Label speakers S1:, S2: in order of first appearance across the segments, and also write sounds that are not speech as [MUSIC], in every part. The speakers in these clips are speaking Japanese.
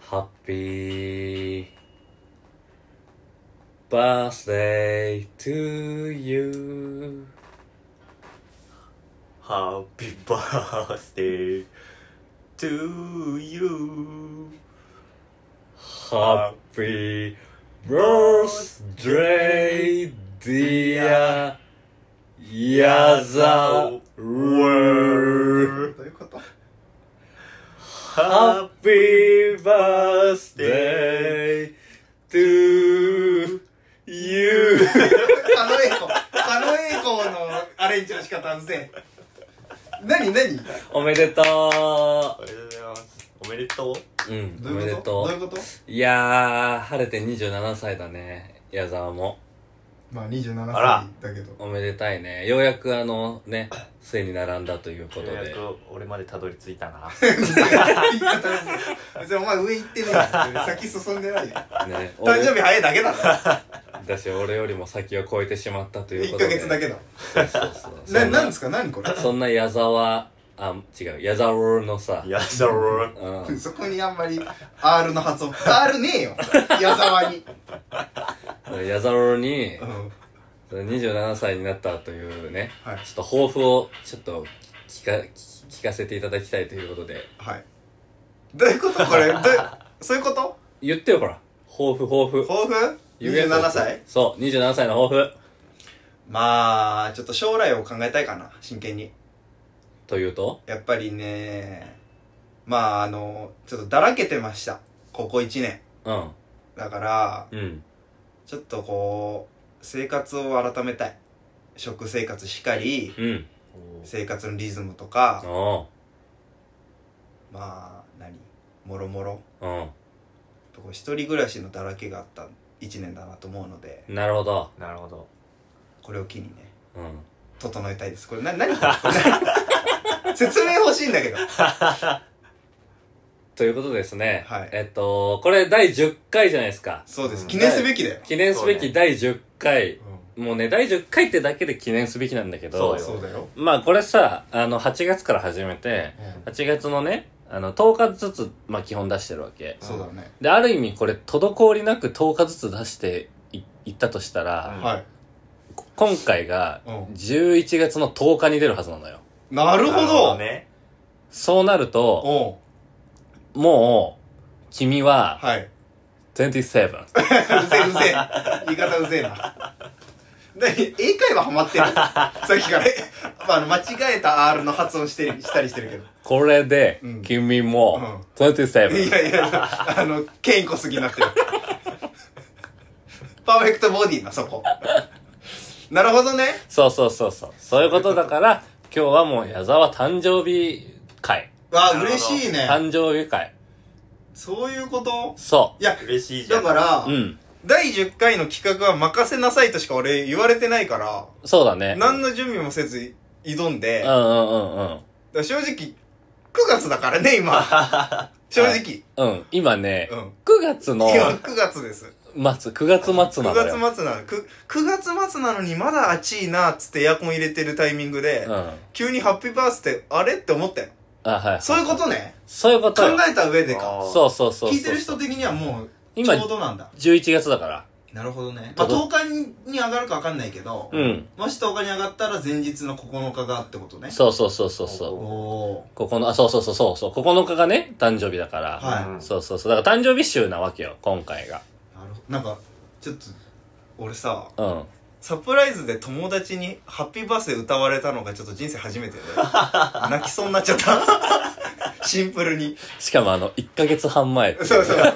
S1: ハッピーバースデー to you
S2: ハッピーバースデー to you
S1: ハッピーバースデー dear ヤザー
S3: どういうこと
S1: ハッピーバースデー to you
S3: [LAUGHS] 狩野英孝狩野英孝のアレンジの仕方うぜえ何何
S1: おめでと
S2: ありがとうございますおめでとう
S1: ううんお
S3: どう
S1: め
S3: い
S1: で
S3: うこと
S1: と
S3: ど
S1: う
S3: ういうこと
S1: いやー、晴れて27歳だね。矢沢も。
S3: まあ27
S2: あら
S3: 歳だけど
S1: おめでたいね。ようやくあの、ね、末に並んだということ
S2: よう
S1: で。
S2: やく俺までたどり着いたな
S3: 言い方うぜえ別にお前上行ってねえよ先進んでないよ
S1: ね、
S3: [LAUGHS] 誕生日早いだ
S2: [LAUGHS]
S3: けだろ
S1: 俺だし、俺よりも先を越えてしまったという
S3: 1
S1: こ
S3: ヶ
S1: とで。
S3: 月だけだ
S1: そうそうそう。
S3: な
S1: そんな
S3: なんですか何これ
S1: そんな矢沢、あ、違う、矢沢のさ、
S2: やだろ
S1: [LAUGHS] うん。
S3: そこにあんまり R の発音 R ねえよ矢沢に
S1: 矢沢に
S3: う、ん
S1: 27歳になったというね、
S3: はい
S1: ちょっと抱負をちょっと聞か、聞聞かせていただきたいということで。
S3: はいどういうことこれどうそういうこと
S1: 言ってよ、ほら。抱負、抱負。
S3: 抱負27歳
S1: そう、27歳の抱負。
S3: まあちょっと将来を考えたいかな真剣に
S1: というと
S3: やっぱりねまああのちょっとだらけてましたここ1年
S1: うん。
S3: だから
S1: うん。
S3: ちょっとこう生活を改めたい食生活しかり
S1: うん。
S3: 生活のリズムとか
S1: お
S3: まあ何もろもろ
S1: うう
S3: こう一人暮らしのだらけがあった1年だなと思うので
S1: ん。なるほど。
S2: なるほど
S3: これを機にね
S1: うん。
S3: 整えたいですこれな何 [LAUGHS] 説明欲しいんだけど
S1: ということですね。
S3: はい
S1: えっと、これ第10回じゃないですか。
S3: そうです
S2: うん
S3: 記念すべきだよ、
S1: 記念すべ
S2: そう
S1: き
S2: ね
S1: 第10回。もうね、第10回ってだけで記念すべきなんだけ
S2: そ
S1: ど
S2: う、よ
S3: そうだよ、
S1: まあこれさ、あの、8月から始めて、8月のね、あの、10日ずつ、まあ基本出してるわけ。
S3: そうだね
S1: で、ある意味これ、滞りなく10日ずつ出していいったとしたら、
S2: うん
S3: はい
S1: 今回が
S3: うん
S1: 11月の10日に出るはずなのよ。
S3: なるほど
S2: ね
S1: そうなると、
S3: おう
S1: もう、君は、
S3: はいう
S1: 27。
S3: ぜえうぜえ言い方うぜえなで英会話ハマってるさっきからまああの間違えた R の発音してるしたりしてるけど
S1: これで
S3: うん、
S1: 君も、27。
S3: いやいやあのケインコすぎになってるパーフェクトボディなそこなるほどね
S1: そうそうそうそう。そういうことだから、今日はもう矢沢誕生日会。
S3: わあ
S2: なるほど
S3: 嬉しいね
S1: 誕生日会。
S3: そういうこと
S1: そ
S3: いや
S2: 嬉しいじゃ
S3: だ
S2: ん
S3: から、
S1: う。うん。
S3: 第10回の企画は任せなさいとしか俺言われてないから
S1: そうだね。
S3: 何の準備もせず挑んで、
S1: うんうんうん
S3: だから正直、9月だから
S1: [LAUGHS]
S3: ね、今。正直。
S1: うん。うん。今ね、
S3: うん。
S1: 9月の
S3: 今
S1: 末、
S3: 9月です。
S1: 9月末な
S3: 9
S1: のよ。
S3: 月末なの。9, 9月末なのにまだ暑いなっつってエアコン入れてるタイミングで、
S1: うん。あ、
S3: 急にハッピーバースデーあれって思ったよ。
S1: はい。
S3: そういうことね。
S1: そういうこと
S3: 考
S1: よ。
S3: えた上でか。
S2: あー
S1: そうそうそうそう。
S3: 聞いてる人的にはもう、ち
S1: 今
S3: ょうどなんだ。
S1: 11月だから。
S3: なるほどね。まあ、
S1: ちょ
S3: 10日に上がるか分かんないけど、
S1: うん。
S3: もし10日に上がったら前日の9日がってことね。
S1: そうそうそうそうそう。
S3: おー。
S1: ここの、あ、そうそうそうそうそう。9日がね、誕生日だから。
S3: はい
S2: うん
S1: そうそうそう。だから誕生日集なわけよ、今回が。
S3: なるほど。なんか、ちょっと、俺さ、
S1: うん。
S3: サプライズで友達に「ハッピーバースデー」歌われたのがちょっと人生初 [LAUGHS] めてで泣きそうになっちゃった [LAUGHS] シンプルに
S1: しかもあの、1ヶ月半前。
S3: そうそう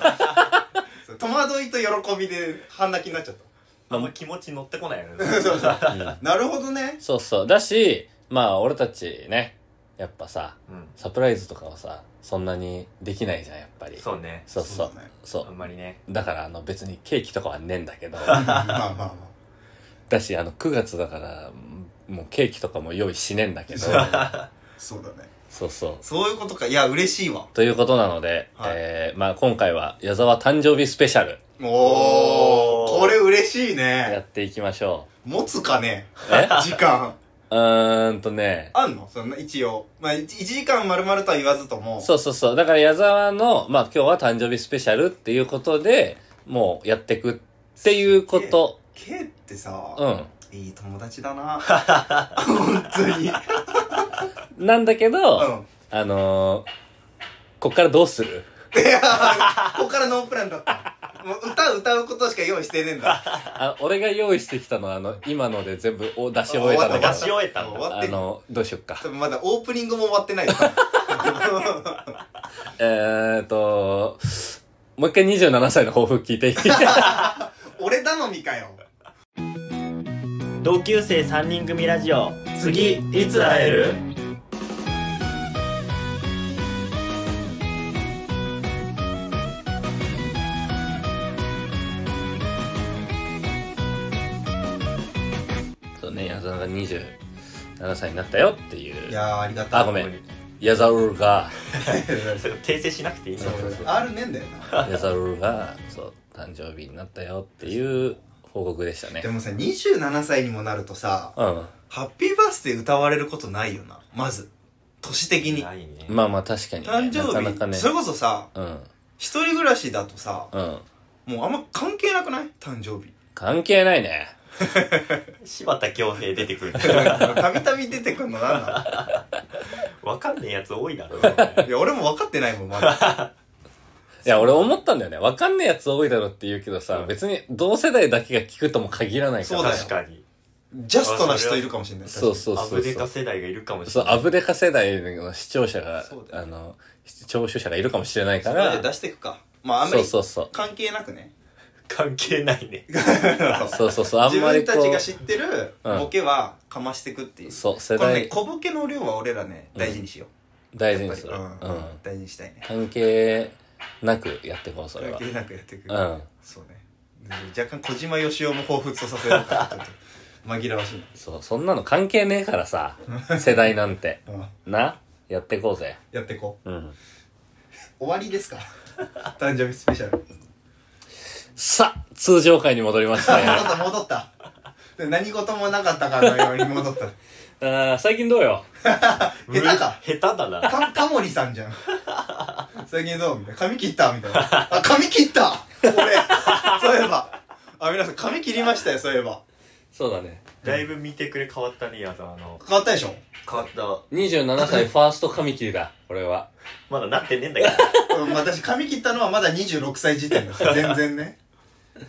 S3: 戸惑いと喜びで半泣きになっちゃっ
S2: あんま気持ち乗ってこないよね
S3: たそうそう
S1: うん
S3: なるほどね
S1: そうそう。だし、まあ俺たちね、やっぱさ、
S2: うん
S1: サプライズとかはさ、そんなにできないじゃん、やっぱり。う
S2: そうね
S1: そうそう。
S3: だね
S1: そ
S2: あ
S1: うん
S2: まりね
S1: だからあの別にケーキとかはねえんだけど。
S3: まあまあま
S1: だし、あの9月だから、もうケーキとかも用意しねえんだけど。
S3: あそうだね
S1: そうそう。
S3: そういうことかいや嬉しいわ
S1: ということなので、
S3: はい
S1: えー、まあ今回は矢沢誕生日スペシャル
S3: お
S2: お
S3: ー
S2: ー
S3: これ嬉し
S1: や
S3: いね
S1: っていきましょ
S3: 持つかね
S1: う。え [LAUGHS]
S3: [LAUGHS] 時間
S1: うーんとね。
S3: あんのそんな、一応。まあ、1時間丸々とは言わずとも。
S1: そうそうそう。だから矢沢の、まあ今日は誕生日スペシャルっていうことで、もうやってくっていうこと。
S3: K ってさ、
S1: うん。
S3: いい友達だな。 [LAUGHS] 本当 [LAUGHS] に。
S1: なんだけど、
S3: うん。
S1: あのー、こっからどうする
S3: ここからノープランだった。もう歌歌うことしか用意してねえんだ。
S1: あ、俺が用意してきたのは、あの、今ので全部お出し終えたの
S3: 終わ
S1: が
S3: っ
S2: 出し終えた
S3: もう
S2: の
S3: 終わっ
S1: あ
S3: てる。
S1: の、どうしよっか
S3: 多。分まだオープニングも終わってない [LAUGHS] よ。
S1: えーっと、もう一回27歳の抱負聞
S3: [LAUGHS]
S1: いていい
S3: 俺頼みかよ。
S2: 同級生3人組ラジオ
S3: 次いつ会える
S1: そうね、矢沢が27歳になったよっていう。
S3: いやー、ありがたい。
S1: あ、ご
S3: [LAUGHS]
S1: めん。矢沢が、
S2: それ訂正しなくていい
S3: そ
S2: の
S3: う R ねえんだよな。
S1: 矢沢が、そう、誕生日になったよっていう報告でしたね
S3: で。もさ、27歳にもなるとさ、
S1: うん。
S3: ハッピーバースデー歌われることないよな。まず。年的に。
S2: ないね
S1: まあまあ確かにね、
S3: 誕生日
S1: なかなかね
S3: そ。れこそさ、
S1: うん。
S3: 一人暮らしだとさ、
S1: うん。
S3: もうあんま関係なくない誕生日。
S1: 関係ないね。
S2: 柴田恭平出
S1: [LAUGHS]
S2: てくる
S3: たびたび出てくんのなんな
S2: わかんねえやつ多いだろ
S3: の [LAUGHS] いや、俺も分かってないもん、まだ。
S1: いや、俺思ったんだよね。わかんねえやつ多いだろって言うけどさ、
S2: うん
S1: 別に同世代だけが聞くとも限らないから。
S3: そうだよ
S2: 確かに
S3: [LAUGHS] ジャストな人いるかもしれない。
S1: そうそう
S2: ア
S1: そ
S2: ブ
S1: う
S2: デ
S1: そ
S2: カ
S1: う。
S2: 世代がいるかもし
S1: そ
S2: れ
S1: う、
S2: ない
S1: アブデカ世代の視聴者が
S3: そう、だよ
S1: あの、視聴者がいるかもしれないか
S3: 確かに。それで
S1: ら、
S3: 出していくか。まあ、あんま
S1: そう
S3: り
S1: そうそう。
S3: 関係なくね。
S2: 関係ないね
S1: [LAUGHS] そうそうそう、あん
S3: 自
S1: まり
S3: 分
S1: こ
S3: たちが知
S1: う、
S3: ってる
S1: うん
S3: ボケはかましてくっていう。
S1: そう、世
S3: このね、
S1: 代
S3: 小ボケの量は俺らね、大事にしよ
S1: 大
S3: う。
S1: 事
S3: や
S1: に
S3: っ
S1: す
S3: ぱ
S1: る。
S3: り
S1: う
S3: うん
S1: ん。
S3: 大事にしたいね。
S1: 関係なくやってこう、それ
S3: 関
S1: は。
S3: 係なくやっていく。
S1: うん。
S3: そうね。で若干小島よしおも彷彿とさせるから、ちょっと [LAUGHS] 紛らわしい。
S1: そう、そんなの関係ねえからさ、
S3: [LAUGHS]
S1: 世代なんて。
S3: うん
S1: なやってこうぜ。
S3: やっていこう。
S1: うん。
S3: 終わりですか [LAUGHS] 誕生日スペシャ [LAUGHS] ル。
S1: さあ、通常回に戻りました
S3: 戻
S1: ね
S3: [LAUGHS] っ。た、戻った。で何事もなかったかのように戻った。
S1: あー最近どうよ
S3: 手か
S2: 下手だな
S3: タタモリさんじゃん。 [LAUGHS] 最近どうみたいな。髪切ったみたいな。あ、髪切った俺、そういえば。あ、皆さん髪切りましたよ、そういえば。
S1: そうだね。
S2: だいぶ見てくれ変わったねやつあの
S3: 変わったでしょ
S2: 変わった
S1: 27歳ファースト髪切りだ、俺は。
S2: まだなってねえんだけど
S3: うん、私髪切ったのはまだ26歳時点です [LAUGHS] 全然ね。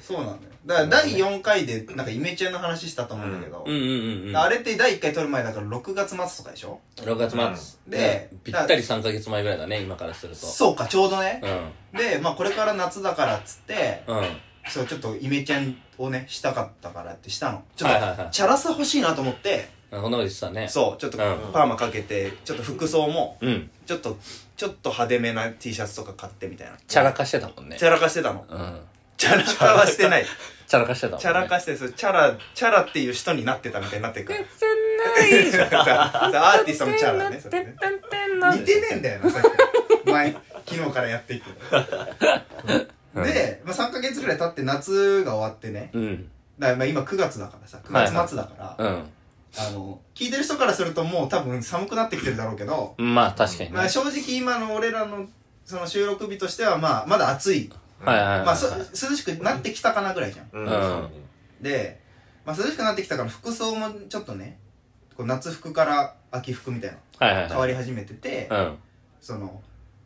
S3: そうなんだよ。だから第4回でなんかイメチェンの話したと思うんだけど、
S1: うんうんうん。
S3: あれって第1回撮る前だから6月末とかでしょ
S1: ?6 月末。
S3: うんで
S1: うんぴったり3ヶ月前ぐらいだね、今からすると。
S3: そうか、ちょうどね。
S1: うん。
S3: で、まあこれから夏だからっつって、
S1: うん。
S3: そう、ちょっとイメチェンをね、したかったからってしたの。ちょっ
S1: はいはいはい
S3: と、チャラさ欲しいなと思って、
S1: あこんなこと言ってたね。
S3: そう、ちょっと
S1: う
S3: パ
S1: ん
S3: ーマかけて、ちょっと服装も、
S1: うん。
S3: ちょっと、ちょっと派手めな T シャツとか買ってみたいな。
S1: チャラ化してたもんね
S3: チ。ャラ化してたの。
S1: うん。
S3: チャラ化はしてない。
S1: チャラ化してたもんね。
S3: チャラ化して、そうチャラ、チャラっていう人になってたみたいになってるから。
S1: してない。
S3: アーティストのチャラね。それね似てねえんだよな、さっきから。前、昨日からやっていく
S1: うん
S3: で、まあ、3ヶ月ぐらい経って夏が終わってね。
S1: うん。
S3: だからまあ今9月だからさ、9月末だから、
S1: うん。
S3: あの、聞いてる人からするともう多分寒くなってきてるだろうけど、
S1: まあ確かにね。
S3: ま
S1: は
S3: あ
S1: い
S3: 正直今の俺らのその収録日としてはまあまだ暑い。
S1: [LAUGHS] はいはいはい。
S3: まあそ涼しくなってきたかなぐらいじゃん。
S2: うんんそうね
S3: で、まあ涼しくなってきたから服装もちょっとね、こう夏服から秋服みたいな
S1: はいはいはい。
S3: 変わり始めてて、
S1: うん。
S3: その、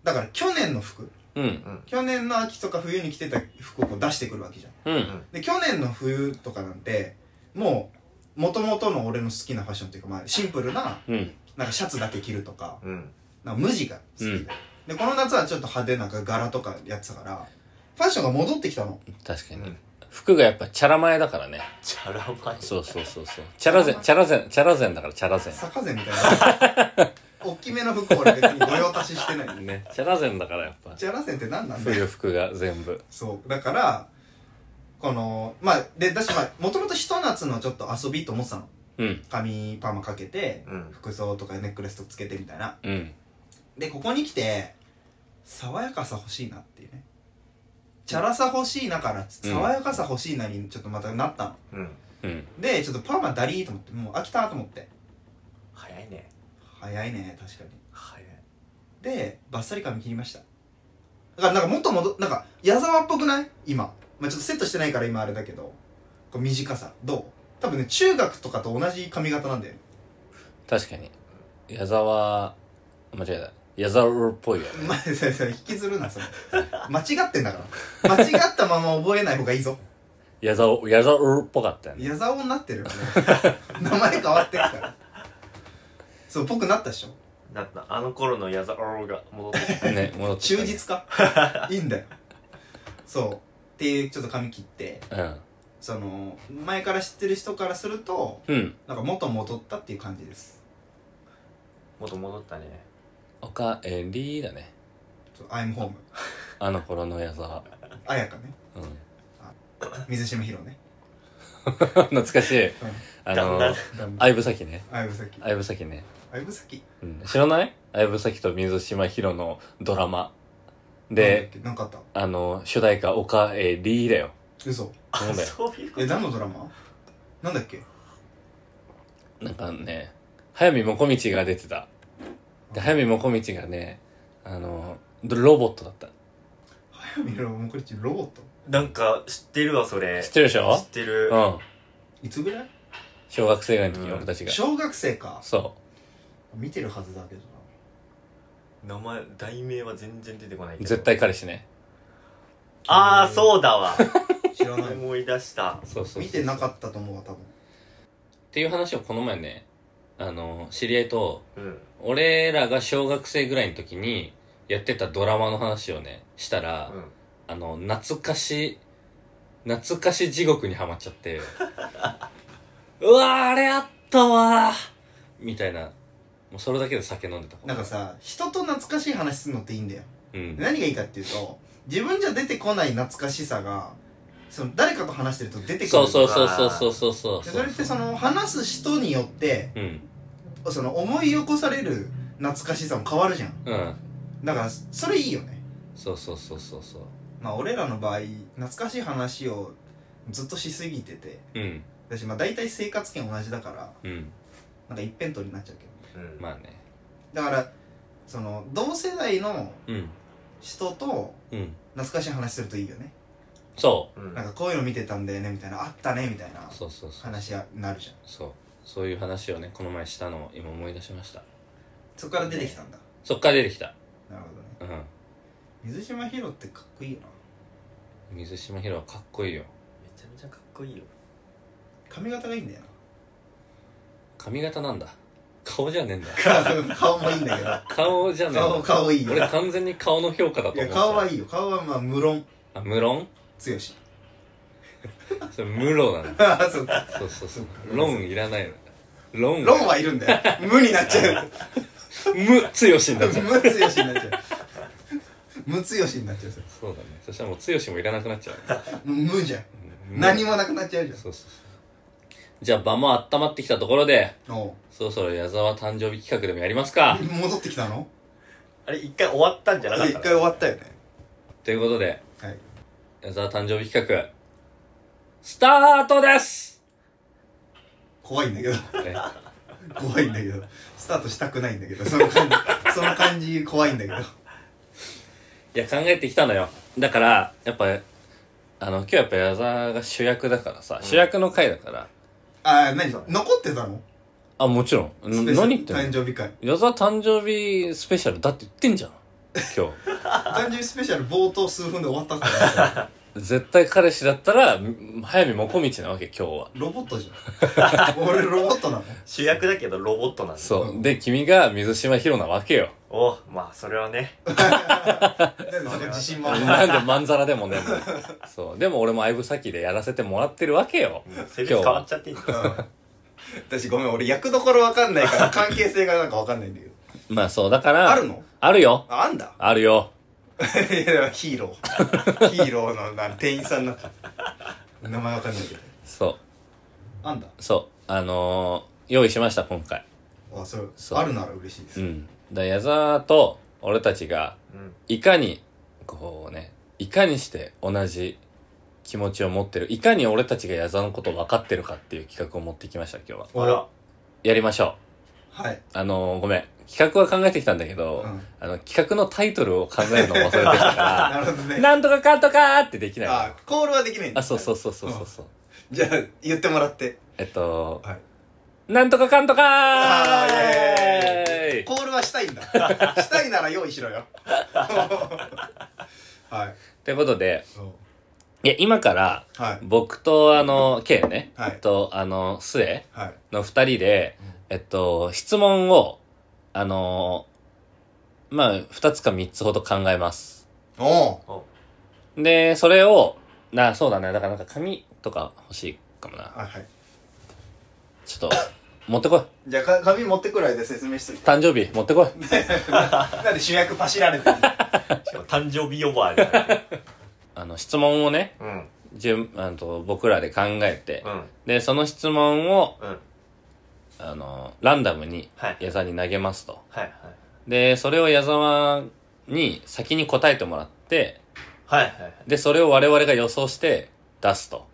S3: だから去年の服、
S1: うん。
S3: 去年の秋とか冬に着てた服をこう出してくるわけじゃん。
S1: うん。
S3: で、去年の冬とかなんて、もう、元々の俺の好きなファッションというか、まあシンプルな、
S1: うん。
S3: なんかシャツだけ着るとか、
S2: うん
S3: なんか無地が好きで、
S1: うん
S3: で、この夏はちょっと派手な柄とかやってたから、ファッションが戻ってきたの。
S1: 確か
S2: う
S1: に
S2: ん。
S1: 服がやっぱチャラ前だからね。
S2: チャラまい
S1: そうそうそうそう。チャラゼン、チャラゼン、チャラゼンだからチャラゼン。
S3: 坂膳みたいな。大きめの服俺別にご用達してない。
S1: ね。チャラゼンだからやっぱ。
S3: チャラ膳って何なんだよ。
S1: 冬服が全部。
S3: そう。だから、この、まあ、で、私、まあ、もともとひと夏のちょっと遊びと思ってたの。
S1: うん。
S3: 髪パーマかけて、
S2: うん
S3: 服装とかネックレスとかつけてみたいな。
S1: うん。
S3: で、ここに来て、爽やかさ欲しいなっていうね。チャラさ欲しいなから、爽やかさ欲しいなにちょっとまたなったの。
S2: うん
S1: うん。
S3: で、ちょっとパーマだりーと思って、もう飽きたと思って。
S2: 早いね
S3: 早いね確かに
S2: 早い
S3: でバッサリ髪切りましただからなんかもっと戻なんか矢沢っぽくない今、まあ、ちょっとセットしてないから今あれだけどこう短さどう多分ね中学とかと同じ髪型なんだよね [LAUGHS]
S1: 確かに矢沢間違えた矢沢っぽいよね
S3: まあ、それそれ引きずるなそれ間違ってんだから間違ったまま覚えない方がいいぞ
S1: 矢沢矢沢っぽかったよね
S3: 矢沢になってるよね名前変わってるからそうぽくなったでしょ
S2: ななあの頃の矢沢が戻って
S1: [LAUGHS]
S2: きた
S1: ね戻ってきた
S3: 忠
S1: [LAUGHS]
S3: 実かいいんだよそうっていうちょっと髪切って
S1: うん
S3: その前から知ってる人からすると
S1: うん
S3: なんか元戻ったっていう感じです
S2: 元戻ったね
S1: おかえりだね
S3: そう I'm home
S1: あの頃の矢沢
S3: あやかね
S1: うん [LAUGHS]
S3: 水島ヒロね
S1: 懐かしいあ
S2: だんだん
S1: の相武咲ね
S3: 相武咲
S1: 相武咲ね、
S3: 相武咲
S1: うん、知らない相武咲と水島ひろのドラマ
S3: なんだ
S1: で
S3: っけなんかあった
S1: あの主題歌「おかえり」だよ
S3: 嘘
S1: な
S2: あ
S1: んだよ
S2: そういうこ
S3: え
S2: と
S3: 何のドラマなんだっけ
S1: なんかね、早見もこみちが出てた。で、早見もこみちがね、あの、ロロボットだった。
S3: 早見ロボこれちロボット
S2: なんか知ってるわそれ
S1: 知ってるでしょ
S2: 知ってる
S1: うん。
S3: いつぐらい
S1: 小学生ぐらいの時、
S2: うん
S1: 僕たちが。
S3: 小学生か
S1: そ
S3: 見てるはずだけどな
S2: 名前題名は全然出てこないけ
S1: う。
S2: ど
S1: 絶対彼氏ね。
S2: ああそう
S1: [LAUGHS]
S2: だわ
S3: 知らない
S2: 思い出した
S1: そうそうそう
S3: [LAUGHS] 見てなかったと思うわ多分
S1: っていう話をこの前ね、あの、知り合いと、
S2: うん
S1: 俺らが小学生ぐらいの時にやってたドラマの話をね、したら、
S2: うん
S1: あの、懐かし、懐かし地獄にはまっちゃって、 [LAUGHS] うわー、あれあったわーみたいな、もうそれだけで酒飲んでた。
S3: なんかさ人と懐かしい話するのっていいんだよ
S1: うん。
S3: 何がいいかっていうと自分じゃ出てこない懐かしさがその誰かと話してると出てくる
S1: そうそうそうそうそうそうそう
S3: でそれってその話す人によって
S1: うん。
S3: その思い起こされる懐かしさも変わるじゃん
S1: うん。
S3: だからそれいいよね
S1: そうそうそうそうそう。
S3: まあ俺らの場合懐かしい話をずっとしすぎてて
S1: うん。
S3: だしまあ大体生活圏同じだから
S1: うん。
S3: なんか一辺倒になっちゃうけど
S2: うん
S1: まあね。
S3: だからその同世代の
S1: うん。
S3: 人と
S1: うん。
S3: 懐かしい話するといいよね
S1: そ
S2: うん
S3: なんかこういうの見てたんだよねみたいなあったねみたいな
S1: う。そうそうそう。
S3: 話になるじゃん
S1: そう。そういう話をね、この前したのを今思い出しました。
S3: そこから出てきたんだ
S1: そっから出てきた。
S3: なるほどね
S1: うん。
S3: 水島ヒロってかっこいいよな
S1: 水島ひろはかっこいいよ。
S2: めちゃめちゃかっこいいよ
S3: 髪型がいいんだよ
S1: 髪型なんだ。顔じゃねえんだ。
S3: [LAUGHS] な顔もいいんだけど
S1: 顔じゃねえんだ。
S3: 顔顔いいよ
S1: 俺完全に顔の評価だと
S3: い
S1: 思
S3: や
S1: う
S3: 顔はいいいよ顔はまあ無論
S1: あ無論
S3: 強し [LAUGHS]
S1: それ無論なんだ
S3: あそうか
S1: そうそうそう論いらないの論
S3: 論はいるん [LAUGHS] だよ無になっちゃう
S1: 無強しになっちゃう
S3: 無強しになっちゃう無強しになっちゃうそれ
S1: そうだねそしたらもう強しもいらなくなっちゃう
S3: 無じゃん
S1: 無
S3: 何もなくなっちゃうじ
S1: そうそうそうじゃあ場も温まってきたところで
S3: ゃんおう
S1: そろそろ矢沢誕生日企画でもやりますか
S3: 戻ってきたの
S2: あれ一回終わったんじゃなかっ
S3: 一
S2: た
S3: 回終わったよね
S1: ということで
S3: はい
S1: 矢沢誕生日企画スタートです
S3: 怖いんだけど
S1: ね
S3: 怖いんだけどスタートしたくないんだけどその感じその感じ怖いんだけど
S1: いや考えてきたのよだからやっぱあの今日やっぱ矢沢が主役だからさ、主役の回だから
S3: ああ何残ってたの
S1: あもちろん
S3: スペ
S1: ん
S3: シャル
S1: 何言ってん
S3: 誕
S1: の
S3: 生日会
S1: 矢沢誕生日スペシャルだって言ってんじゃん今
S3: [LAUGHS] 誕生日スペシャル冒頭数分で終わったから
S1: 日絶対彼氏だったらん早見もこみちなわけ今日は
S3: ロボットじゃ [LAUGHS] ん俺ロボットなの
S2: 主役だけどロボットなんだ
S1: そう、
S3: うん
S1: で君が水島ひろなわけよ
S2: おまあそれはね
S3: なんでそこ自信満々
S1: なんでまんざらでもねえもん
S3: [LAUGHS]
S1: そうでも俺も相武先でやらせてもらってるわけよ
S2: うんセリフ変わっちゃっていい
S3: 私ごめん俺役どころわかんないから関係性がなんかわかんないんだけど
S1: まあそうだから
S3: あるの
S1: あるよ
S3: ああんだ
S1: あるよ
S3: いや [LAUGHS] ヒーローヒーローのな店員さんなんか名前わかんないけど
S1: そう
S3: あんだ
S1: そうあのー、用意しました今回
S3: あそれ
S1: そう
S3: あるなら嬉しいです、
S1: うんだから矢沢と俺たちが
S2: うん
S1: いかにこうねいかにして同じ気持ちを持ってるいかに俺たちが矢沢のことを分かってるかっていう企画を持ってきました今日は
S3: お
S2: あら
S1: やりましょ
S3: はい、
S1: あのーごめん。企画は考えてきたんだけ
S3: う
S1: ど、
S3: ん、
S1: あの、企画のタイトルを考えるのを忘れてきたか
S3: なるほど [LAUGHS]
S1: ら、
S3: ね
S1: なんとかかんとかーってできない。
S3: あコールはできないんだ
S1: あ、そうそうそうそうそうそう。
S3: じゃあ言ってもらって
S1: えっと、
S3: はい
S1: なんとかかんとか
S3: あー
S1: ー
S3: コールはしたいんだ [LAUGHS] したいなら用意しろよ [LAUGHS] はい
S1: ということで、
S3: そう
S1: いや、今から、
S3: はい
S1: 僕と、あの、ケイね、
S3: はい
S1: と、あの、スエ
S3: はい
S1: の二人で、えっと、質問を、あの、まあ、二つか三つほど考えます。
S3: おお
S1: で、それを、な、そうだね。だからなんか紙とか欲しいかもな。
S3: はいはい
S1: ち
S2: [LAUGHS]
S1: ょっと、持ってこい。
S3: じゃあか紙持ってくる間説明しといて
S1: 誕生日持ってこい。
S3: なんで主役パシられてる [LAUGHS]
S2: しかも誕生日呼ばわりだね
S1: あの、質問をね、
S2: うん
S1: 順、あの、僕らで考えて
S2: う、ん
S1: で、その質問を、
S2: うん
S1: あの、ランダムに
S2: はい
S1: 矢沢に投げますと。
S2: はい
S1: で、それを矢沢に先に答えてもらって、
S2: はいはいはいはい
S1: で、それを我々が予想して出すと。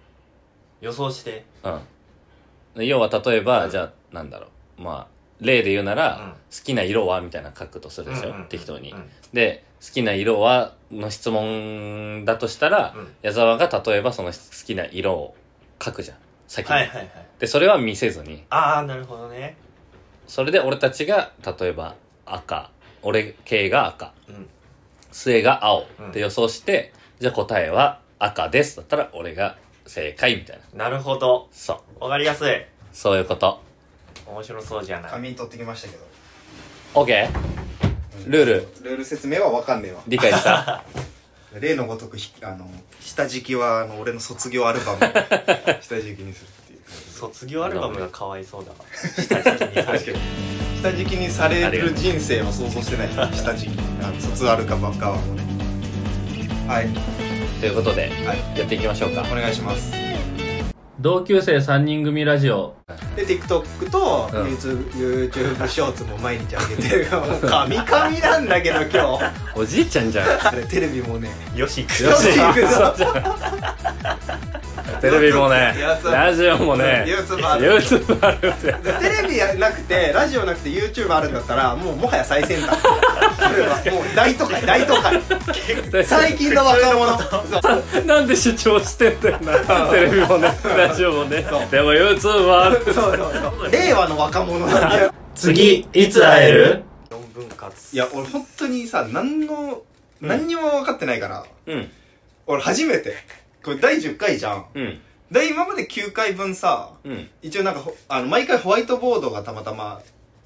S2: 予想して
S1: うん。で要は例えば、じゃあ、なんだろう。まあ、例で言うなら、
S2: うん
S1: 好きな色はみたいなの書くとするでしょ、
S2: うんうんうん
S1: 適当に、
S2: うん
S1: で、好きな色はの質問だとしたら、
S2: うん
S1: 矢沢が例えばその好きな色を書くじゃん。先に。
S2: はいはいはい
S1: で、それは見せずに。
S2: ああなるほどね
S1: それで俺たちが、例えば赤。俺、系が赤。
S2: うん
S1: 末が青
S2: うん
S1: って予想して、じゃあ答えは赤ですだったら俺が正解みたいな
S2: なるほど
S1: そう
S2: わかりやすい
S1: そういうこと
S2: 面白そうじゃない
S3: 紙に取ってきましたけど
S1: OK ルール
S3: ルール説明は分かんねえわ
S1: 理解した [LAUGHS]
S3: 例のごとくひあの下敷きはあの俺の卒業アルバム [LAUGHS] を下敷きにするっていう
S2: 卒業アルバムがかわいそうだわ下敷きにされて
S3: 下敷きにされる人生を想像してない下敷きあの卒アルバムかはもうねはい
S1: ということで
S3: はい
S1: やっていきましょうか
S3: お願いします
S1: 同級生3人組ラジオ
S3: で TikTok と
S1: うん
S3: YouTube, YouTube ショーツも毎日上げてるもう神々なんだけど今 [LAUGHS] 日
S1: おじいちゃんじゃん
S3: あれテレビもね
S2: よし行く
S3: よし行くぞ
S1: テレビもね
S3: やつ
S1: ラジオもね
S3: YouTube ある
S1: YouTube あるって
S3: でテレビやなくてラジオなくて YouTube あるんだったらもうもはや最先端これはもう大都会大都 [LAUGHS] 会最近の若者そう
S1: なんで主張してんだよなテレビもねラジオもねでも YouTube はある
S3: そうそうそう令和の若者なんだよ
S1: 次いつ会える
S2: 4分割
S3: いや俺本当にさ何の何にも分かってないから、
S1: うん
S3: 俺初めてこれ第10回じゃん
S1: うん
S3: で今まで9回分さ
S1: うん
S3: 一応なんかほあの毎回ホワイトボードがたまたま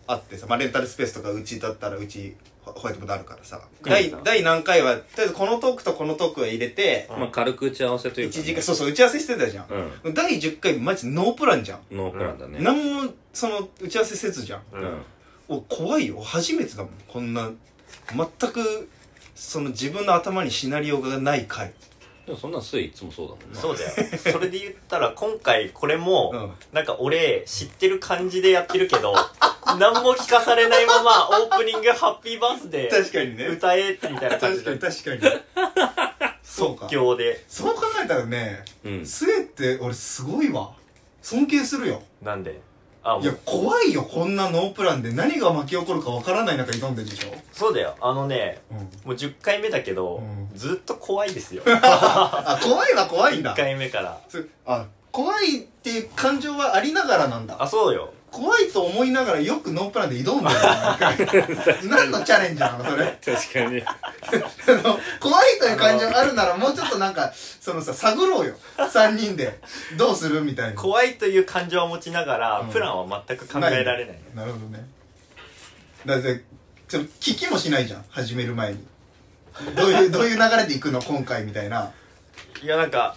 S3: あってさ、まあ、レンタルスペースとかうちだったらうちホホワイトボードあるからさ第第何回はとりあえずこのトークとこのトークは入れて
S1: まあ軽く打ち合わせというかね
S3: 一時間そうそう打ち合わせしてたじゃん、
S1: う
S3: 第10回マジノープランじゃん、
S1: んノープランだね
S3: 何もその打ち合わせせずじゃん
S1: う
S2: う
S1: んん
S3: お怖いよ初めてだもんこんな全くその自分の頭にシナリオがない回
S1: でもそんなんスイいつもそうだもんな
S2: そうだよそれで言ったら今回これも、
S3: うん
S2: なんか俺知ってる感じでやってるけど [LAUGHS] 何も聞かされないままオープニング「ハッピーバースデー
S3: 確かに」ね
S2: 歌えみたいな感
S3: 確
S2: じ
S3: かに
S2: で
S3: 確かにそうか
S2: 行で
S3: そう考えたらね
S1: うん
S3: スエって俺すごいわ尊敬するよ
S2: なんであ
S3: い
S2: も
S3: や
S2: う
S3: 怖いよこんなノープランで何が巻き起こるかわからない中挑んでんでしょ、
S2: そうだよあのね
S3: うん、
S2: もう10回目だけど、
S3: うん
S2: ずっと怖いですよ
S3: あ怖いは怖いんだ
S2: 1回目から
S3: つあ怖いっていう感情はありながらなんだ
S2: あそうよ
S3: 怖いと思いながらよくノープランで挑んでるよなんか何のチャレンジなのそれ [LAUGHS]
S1: 確かに
S3: あの怖いという感情があるならもうちょっとなんかそのさ探ろうよ3人でどうするみたいな
S2: 怖いという感情を持ちながら、
S3: うん
S2: プランは全く考えられない
S3: なるほどねだってその聞きもしないじゃん始める前にど
S2: [LAUGHS]
S3: ういうどういう流れでいくの今回みたいない
S2: やなんか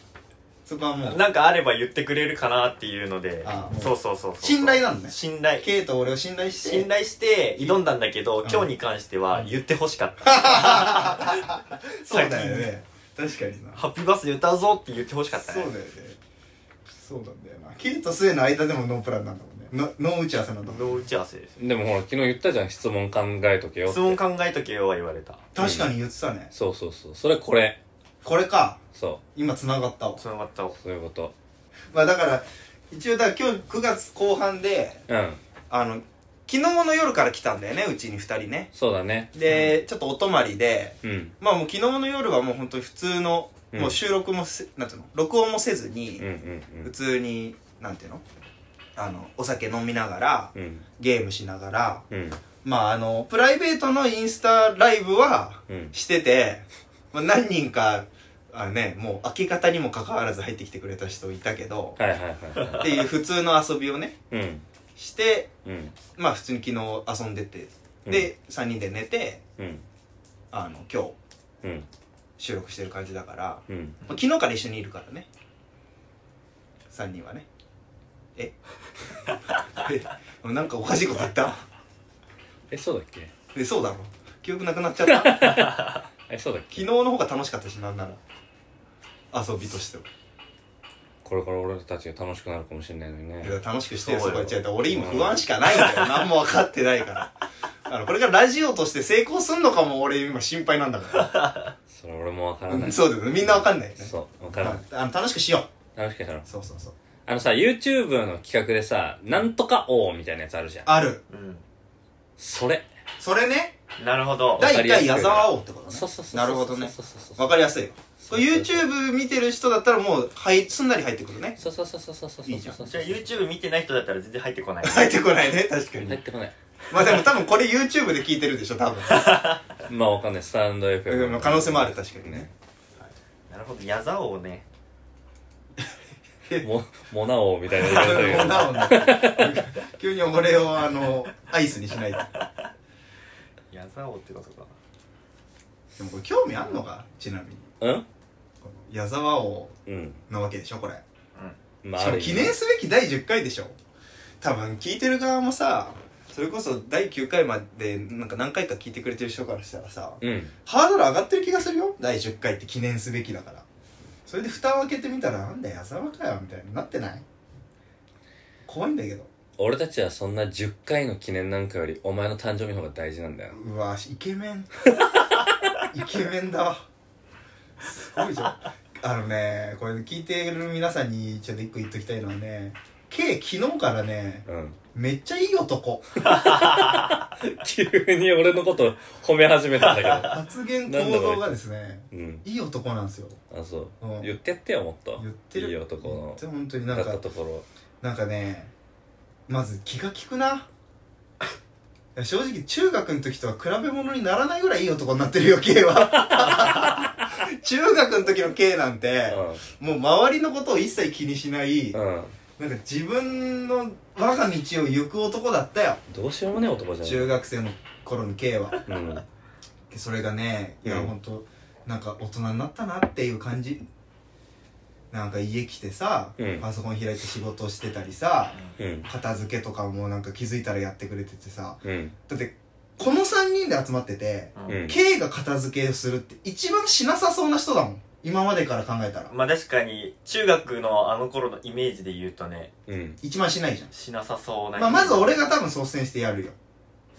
S3: そこはもう
S2: なんかあれば言ってくれるかなっていうので
S3: あもう
S2: そうそうそうそう
S3: 信頼なのね
S2: 信頼
S3: ケイと俺を信頼して
S2: 信頼して挑んだんだけど、
S3: ん
S2: 今日に関しては言ってほしか
S3: [LAUGHS]
S2: った、
S3: そうだよね確かにな
S2: ハッピーバースデー歌うぞって言ってほしかった
S3: そう
S2: ね
S3: だよねそうなんだよなケイとスエの間でもノープランなんだもんねノノー打ち合わせなんだもん
S2: の打ち合わせですよ
S1: でもほら昨日言ったじゃん質問考えとけよって
S2: 質問考えとけよは言われた
S3: 確かに言ってたね
S1: そうそうそうそれこれ
S3: これか
S1: そ
S3: 今つながったわ
S2: つながったわ
S1: うそういうこと
S3: まあだから一応だから今日9月後半で
S1: うん
S3: あの昨日の夜から来たんだよねうちに2人ね
S1: そうだね
S3: で、ちょっとお泊まりで
S1: うん
S3: まあもう昨日の夜はもう本当に普通の、
S1: うん
S3: もう収録もせなんていうの録音もせずに、
S1: うんうん
S3: 普通になんていうのあのお酒飲みながら
S1: うんうん
S3: ゲームしながら
S1: うん
S3: まああのプライベートのインスタライブは
S1: うん
S3: してて、まあ、何人かあのねもう明け方にもかかわらず入ってきてくれた人いたけど
S1: はいはいはいは
S3: っていう普通の遊びをね
S1: いうん
S3: して
S1: うん
S3: まあ普通に昨日遊んでてで、3人で寝て
S1: うん
S3: あの今
S1: う
S3: 日
S1: ん
S3: 収録してる感じだから、まあ、
S1: うん
S3: 昨日から一緒にいるからね3人はねえ [LAUGHS] えなんかおかしいこと言った
S1: えそうだっけ
S3: えそうだろ記憶なくなっちゃった昨
S1: えそうだっけ
S3: 日の方が楽しかったしなんなら遊びとしては
S1: これから俺たちが楽しくなるかもしれないのにね
S3: いや楽しくしてよ
S2: そう
S3: そ
S2: よ
S3: こ行っちゃうと俺今不安しかないんだよ何も分かってないからあのこれがラジオとして成功すんのかも俺今心配なんだか
S1: それ俺もわからな
S3: ら
S1: い
S3: そうだよねみんな分かんないよね
S1: そうわからない
S3: まああの楽しくしよう
S1: 楽しくやろう
S3: そうそうそう
S1: あのさ YouTube の企画でさなんとか王みたいなやつあるじゃん
S3: ある
S2: うん
S1: それ
S3: それね
S2: なるほど
S1: か
S3: 第
S1: り
S3: 1
S1: やすい
S3: 回矢沢王ってことね
S1: そうそうそうそう
S3: なるほどね
S1: そうそうそう
S3: 分かりやすいよこれ
S1: そうそう
S3: YouTube 見てる人だったらもうはいすんなり入ってくるね
S1: そうそうそうそうそうそうそう
S3: いいじゃん
S1: そう
S2: じ
S1: そ
S2: ゃ
S1: う
S2: あ YouTube 見てない人だったら全然入ってこない
S3: 入ってこないね確かに、
S1: 入ってこない
S3: まあでも多分これ YouTube で聞いてるでしょ多分
S1: まあわかんないスタンド FM
S3: でも可能性もある確かにね
S2: なるほど矢沢をね
S1: もモナ王みたいな
S3: な
S1: 言い方だけど
S3: おね急に俺をあのアイスにしないと
S2: 矢沢をってことか
S3: でもこれ興味あんのかちなみに
S1: うん
S3: この矢沢王
S1: うん
S3: なわけでしょこれ
S1: まあ
S3: し
S1: あ
S3: か
S1: る
S3: も
S1: 意味
S3: 記念すべき第10回でしょ多分聞いてる側もさそれこそ第9回までなんか何回か聞いてくれてる人からしたらさ
S1: うん
S3: ハードル上がってる気がするよ第10回って記念すべきだからそれで蓋を開けてみたらなんだよ矢沢かよみたいになってない怖いんだけど
S1: 俺たちはそんな10回の記念なんかよりお前の誕生日の方が大事なんだよ
S3: うわイケメン
S1: [LAUGHS]
S3: イケメンだわすごいじゃんあのねこれ聞いてる皆さんにちょっと一個言っときたいのはね K 昨日からね [LAUGHS]
S1: うん
S3: めっちゃいい男
S1: 急に俺のこと褒め始めたんだ
S3: 発言行動がですね
S1: けどうん
S3: いい男なんですよ
S1: あそう
S3: うん
S1: 言ってやってよもっと
S3: 言ってる
S1: いい男
S3: 言
S1: の
S3: って本当になん
S1: だっ
S3: か
S1: たところ
S3: なんかねまず気が利くないや正直中学の時とは比べ物にならないぐらいいい男になってるよ K は
S1: [LAUGHS]
S3: 中学の時の K なんてもう周りのことを一切気にしない
S1: うんうん
S3: なんか自分の我が道を行く男だったよ
S1: どうしようもねえ男じゃん
S3: 中学生の頃の K は
S1: うん
S3: それがねいや
S1: うん
S3: 本当なんか大人になったなっていう感じなんか家来てさ、
S1: うん
S3: パソコン開いて仕事をしてたりさ
S1: うん
S3: 片付けとかもなんか気づいたらやってくれててさ
S1: うん
S3: だってこの3人で集まってて、
S2: うん、
S1: うん
S3: K が片付けをするって一番しなさそうな人だもん今までから考えたら
S2: まあ確かに中学のあの頃のイメージで言うとね
S1: うん
S3: 一番しないじゃん
S2: しなさそうな
S3: まあ、まず俺が多分率先してやるよ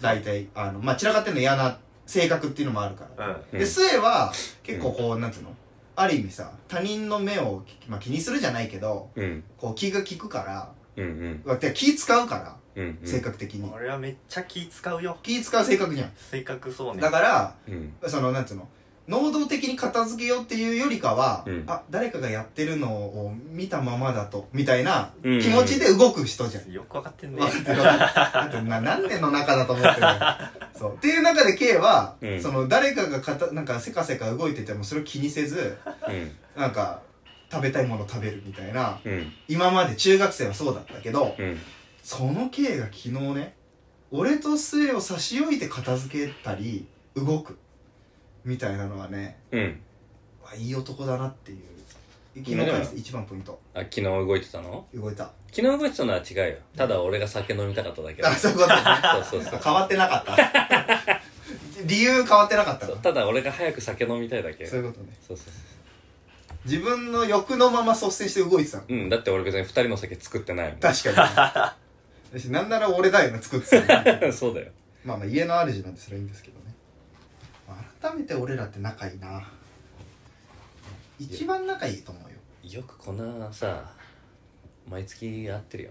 S3: 大体あのまあ散らかってんの嫌な性格っていうのもあるから、
S2: うん
S1: うん
S3: で末は結構こう、なんつうのある意味さ他人の目を、まあ、気にするじゃないけど
S1: うん
S3: こう気が利くから
S1: うんうん
S3: うわてか気使うから、
S1: うん
S3: 性格的に
S2: 俺はめっちゃ気使うよ
S3: 気使う性格じゃん
S2: 性格そうね
S3: だから
S1: うん
S3: そのなんつうの能動的に片付けようっていうよりかは、
S1: うん
S3: あ誰かがやってるのを見たままだとみたいな
S1: うん
S3: 気持ちで動く人じゃん、
S2: よくわかってんね
S3: 分かってる分かってるな何年の中だと思ってるそうっていう中で K は、
S1: うん
S3: その誰かがかたなんかせかせか動いててもそれを気にせず
S1: うん
S3: なんか食べたいもの食べるみたいな
S1: うん
S3: 今まで中学生はそうだったけど
S1: うん
S3: その K が昨日ね俺と末を差し置いて片付けたり動くみたいなのはね
S1: うん
S3: わいい男だなっていう昨日からして一番ポイント
S1: あ昨日動いてたの
S3: 動いた
S1: 昨日動いてたのは違うよただ俺が酒飲みたかっただけだ
S3: あそういうことね
S1: そうそうそう
S3: 変わってなかった [LAUGHS] 理由変わってなかった
S1: そ
S3: の
S1: うただ俺が早く酒飲みたいだけ
S3: そ
S1: そうう
S3: いうことね
S1: そうそう
S3: 自分の欲のまま率先して動いてたの
S1: うん、だって俺別に二人の酒作ってないもん。
S3: 確か
S1: [LAUGHS]
S3: に私なんなら俺だよな作ってたの
S1: そうだよ。
S3: まあまあ家の主なんでそれはいいんですけどね改めて俺らって仲いいな一番仲いいと思うよ
S1: よくこんなさ、毎月会ってるよ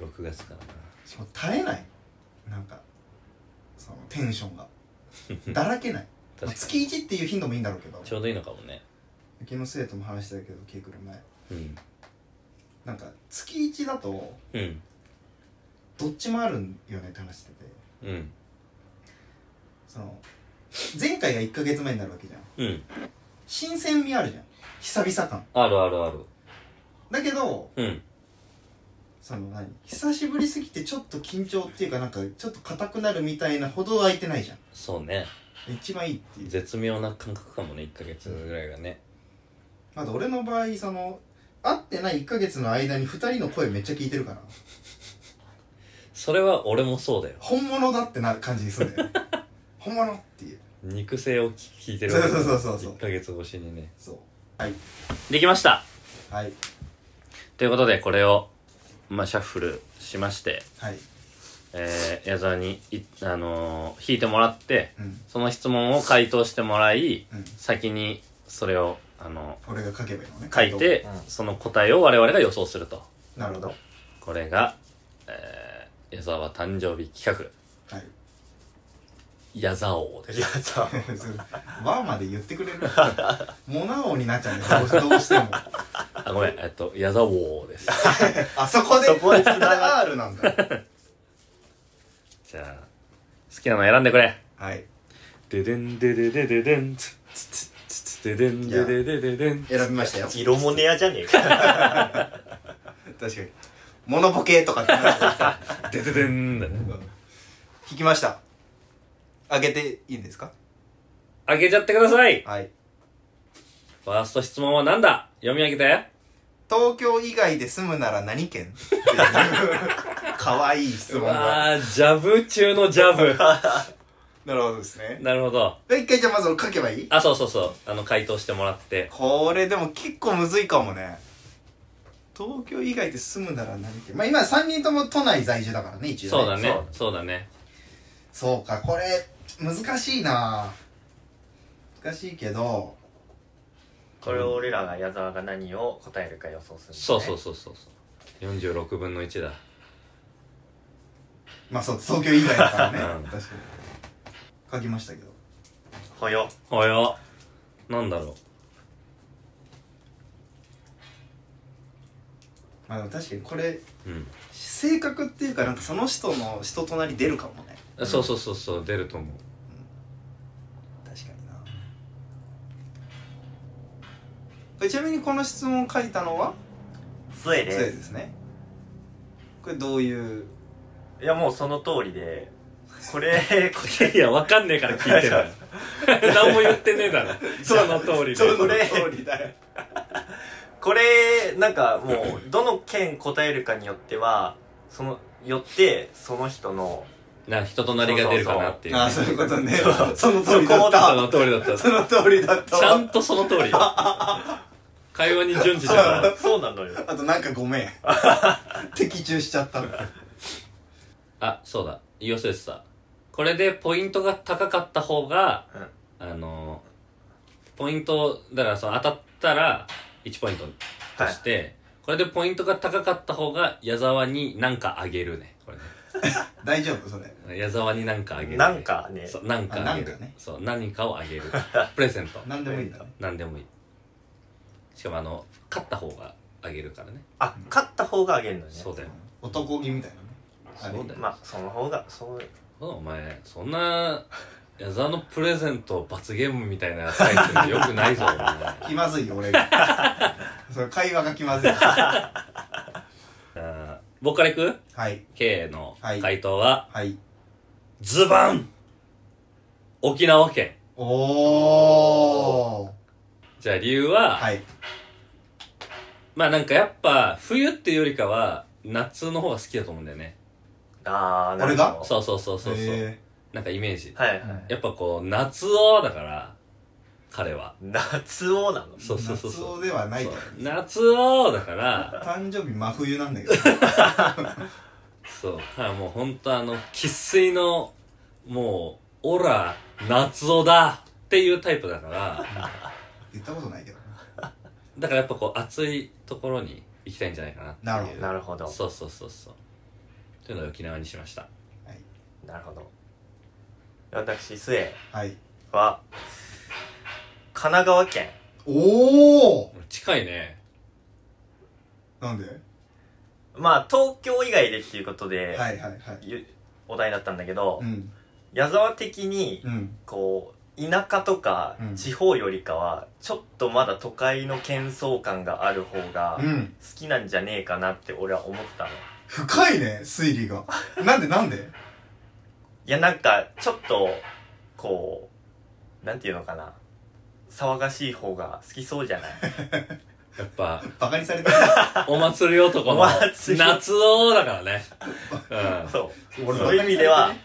S1: な。6月からな。
S3: そう耐えないなんかそのテンショ
S1: [LAUGHS]
S3: ンがだらけない、まあ
S1: 確か
S3: 月1っていう頻度もいいんだろうけど
S1: にちょうどいいのかもね
S3: うちの生徒も話してたけどケイ君の前
S1: うん
S3: なんか月1だと
S1: うん
S3: どっちもあるんよねって話してて
S1: うん
S3: その前回が1ヶ月前になるわけじゃん
S1: うん
S3: 新鮮味あるじゃん久々感
S1: あるあるある
S3: だけど
S1: うん
S3: その何久しぶりすぎてちょっと緊張っていうかなんかちょっと硬くなるみたいなほど空いてないじゃん
S1: そうね
S3: 一番いいっていう
S1: 絶妙な感覚かもね1ヶ月ぐらいがね
S3: まだ俺の場合その会ってない1ヶ月の間に2人の声めっちゃ聞いてるから
S1: それは俺もそうだよ
S3: 本物だってな感じにするんだよね本物っていう
S1: 肉声を聞いてる
S3: そうそうそうそうそう
S1: 1ヶ月越しにね
S3: そう
S1: できました
S3: はい
S1: ということでこれを、まあ、シャッフルしまして、
S3: はい
S1: えー、矢沢にい、あのー、引いてもらって
S3: うん
S1: その質問を回答してもらい
S3: うん
S1: 先にそれを、あの
S3: 俺が書けばいいのね
S1: 書いて、
S2: うん
S1: その答えを我々が予想すると
S3: なるほど
S1: これが、えー、矢沢誕生日企
S3: はい
S1: 画矢沢王です
S2: いやさ
S3: [LAUGHS] それワーまで言ってくれるモナ王になっちゃうんだよどうどうしても
S1: あごめんえっと矢沢王です [LAUGHS]
S3: あそこで
S2: そこで繋が
S3: R なんだ
S1: じゃあ好きなの選んでくれ
S3: はい
S1: ででんでででででんつつつつつででんでででででん
S3: 選びましたよ
S2: 色もねやじゃねえか
S3: [LAUGHS] 確かにモノボケとかってな
S1: で
S3: る
S1: ででんだね
S3: 引きましたあげていいんですか
S1: 開けちゃってください
S3: はい
S1: ファースト質問は何だ読み上げて。
S3: 東京以外で住むなら何県 [LAUGHS] かわいい質
S1: う
S3: 問だ
S1: わー、ジャブ中のジャ [LAUGHS] ブ。
S3: なるほどですね
S1: なるほど。
S3: で一回じゃあまず書けばいい
S1: あ、そうそうそう。あの、回答してもらって。
S3: これでも結構むずいかもね東京以外で住むなら何県まあ今3人とも都内在住だからね一応
S1: そうだね。そうだね。
S3: そうかこれ難しいな難しいけど
S2: これを俺らが矢沢が何を答えるか予想するんだね、
S1: そうそうそうそう。そう46分の1だ。
S3: まあそう東京以外だからね
S1: うん
S3: 確かに書きましたけど
S2: ほよ
S1: およ。なんだろ
S3: まあでも確かにこれ
S1: う。うん。
S3: 性格っていうかなんかその人の人となり出るかもね
S1: そうそうそうそう、出ると思う。
S3: 確かになこれちなみにこの質問を書いたのは
S2: 杖で
S3: そう
S2: す
S3: ですねこれどういう
S2: いやもうその通りでこれ答
S1: [LAUGHS] いや、わかんねえから聞いてる。 [LAUGHS] 何も言ってねえだ [LAUGHS] ろ。その通りで。
S2: その
S3: 通りだよ
S2: [LAUGHS] これなんかもうどの件答えるかによってはそのよってその人の
S1: な、人となりが出るかなっていうね。
S3: ああそういうことね
S2: そう
S3: その通りだ
S1: そ
S3: った
S1: の通りだった。
S3: その通りだった
S1: ちゃ
S3: わ
S1: んとその通 [LAUGHS] り。会話に順次したから。
S2: そうなのよ
S3: あとなんかご
S1: [LAUGHS]
S3: めん的中しちゃった
S1: あ、そうだ。言い忘れてた。これでポイントが高かった方が、
S2: うん
S1: あのー、ポイント、だからその当たったら1ポイントとして、これでポイントが高かった方が矢沢に何かあげるね。これ
S3: 大丈夫それ
S1: ね。矢沢に何かあげる、
S2: なん。かね
S1: そう、何かあげる。
S3: あなんかね
S1: そう、何かをあげる。プレゼント。
S3: 何でもいいんだね
S1: 何でもいい。しかもあの、勝った方があげるからね。
S2: あ勝った方があげるのね
S1: そうだよ。
S3: 男気みたいなねあれ
S1: そうだよ。
S2: まあその方がそう
S1: お前そんな矢沢のプレゼント罰ゲームみたいなタイトルでよくない
S3: [LAUGHS]
S1: ぞお前
S3: 気まずいよ俺
S1: [LAUGHS]
S3: がそれ会話が気まずい
S1: あー僕からいく
S3: はい
S1: ?K の
S3: はい
S1: 回答は、
S3: はい
S1: ズバン沖縄県。
S3: おお
S1: じゃあ理由は、
S3: はい
S1: まあなんかやっぱ冬っていうよりかは夏の方が好きだと思うんだよね。
S2: ああ
S3: 俺が
S1: そうそうそうそうそう。
S3: へ
S1: なんかイメージ。
S2: はいはい、
S3: ー
S1: やっぱこう夏をだから、彼は。
S2: 夏をなの
S1: そうそうそうそう。
S3: 夏男ではない
S1: そ
S3: だ
S1: う
S3: ろ
S1: 夏をだから、
S3: 誕生日真冬なんだけど
S1: そう。はい、もうほんとあの、生粋の、もう、オラ、夏男だっていうタイプだから、
S3: 言ったことないけど
S1: だからやっぱこう、暑いところに行きたいんじゃないかなっていう。
S3: なるほど
S2: なるほど
S1: そうそうそうそう。というのを沖縄にしました
S2: なるほど私末
S3: はい
S2: は神奈川県
S3: おお
S1: 近いね
S3: なんで
S2: まあ東京以外でっていうことで、
S3: はいはいはい
S2: ゆお題だったんだけど、
S3: うん
S2: 矢沢的に
S3: うん
S2: こう田舎とか
S3: うん
S2: 地方よりかはちょっとまだ都会の喧騒感がある方が好
S3: うん
S2: きなんじゃねえかなって俺は思ったの
S3: 深いね推理がなんでなんで
S2: いやなんかちょっとこうなんていうのかな騒がしい方が好きそうじゃない
S1: やっぱ
S3: バカにされ
S1: [LAUGHS]
S3: てる
S1: お祭り男の
S2: お祭り
S1: 夏男だからねう
S2: そう
S3: 俺
S2: そういう意味では
S1: んうん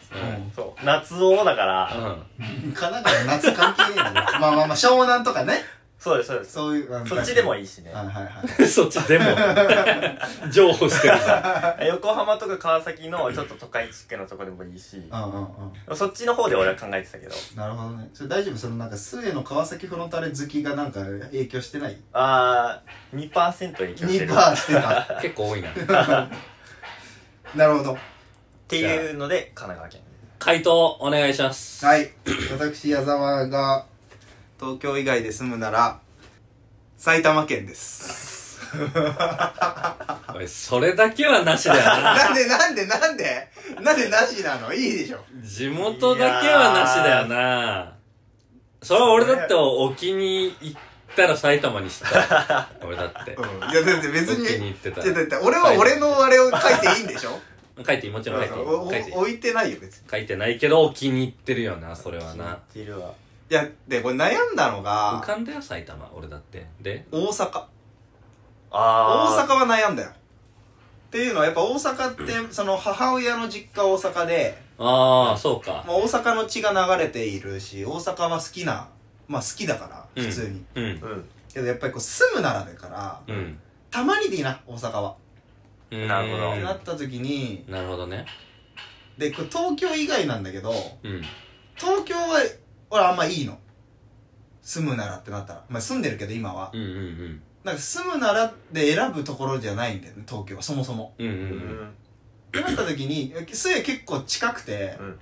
S2: そう夏男だから
S1: うん
S3: 神奈川夏関係ねえよまあまあまあ湘南とかね
S2: そうですそうです
S3: そういううん
S2: そっちでもいいしね
S3: はいはいは
S1: [LAUGHS]
S3: い
S1: そっちでも、譲歩してるから。
S2: [LAUGHS] 横浜とか川崎のちょっと都会地区のとこでもいいし
S3: うんうんうん
S2: そっちの方で俺は考えてたけど
S3: なるほどねそれ大丈夫そのなんか末の川崎フロンターレ好きがなんか影響してない
S2: あー2%影響して
S3: 2%
S2: る
S3: してた
S1: 結構多いな。
S3: なるほど
S2: っていうので神奈川県
S1: 回答お願いします。
S3: はい。私、矢沢が、東京以外で住むなら、埼玉県です。
S1: おいそれだけはなしだよな。
S3: なんでなんでなんでなんでなしなのいいでしょ。
S1: 地元だけはなしだよな。それは俺だって沖に行ったら埼玉にした。俺だって。
S3: うん。いや、だって別
S1: 沖に
S3: に、
S1: 行ってた
S3: いやだって俺は俺のあれを書いていいんで
S2: [LAUGHS]
S3: しょ
S1: 書いていいもちろん書いていい。
S3: お
S1: 書いていい
S3: お置いてないよ、別に。
S1: 書いてないけど沖に行ってるよな、それは
S2: にな
S1: な
S2: っ。てるわ
S3: いや、で、これ悩んだの
S1: 浮
S3: が、
S1: かんだよ、埼玉。俺だって。で
S3: 大阪。大
S2: あ
S3: 阪は悩んだよ。っていうのはやっぱ大阪って、その母親の実家大阪で、
S1: ああ、そうか。
S3: まあ、大阪の血が流れているし大阪は好きなまあ好きだから
S1: うん
S3: 普通に、
S1: うん。
S2: 大阪うん
S3: けどやっぱりこう住むならだから
S1: うん。
S3: たまにでいいな大阪
S1: う
S3: は、
S1: ん
S2: なるほど
S3: ってな
S1: な
S3: った時に
S1: るほどね。
S3: でこれ東京以外なんだけど
S1: うん。
S3: 東京は俺あんまいいの住むならってなったらまあ住んでるけど今は
S1: うんうん
S3: なんか住むならで選ぶところじゃないんだよね東京はそもそも
S1: うん。うんう
S2: うん
S1: うん。
S2: ん
S3: ってなった時に末結構近くて
S2: うん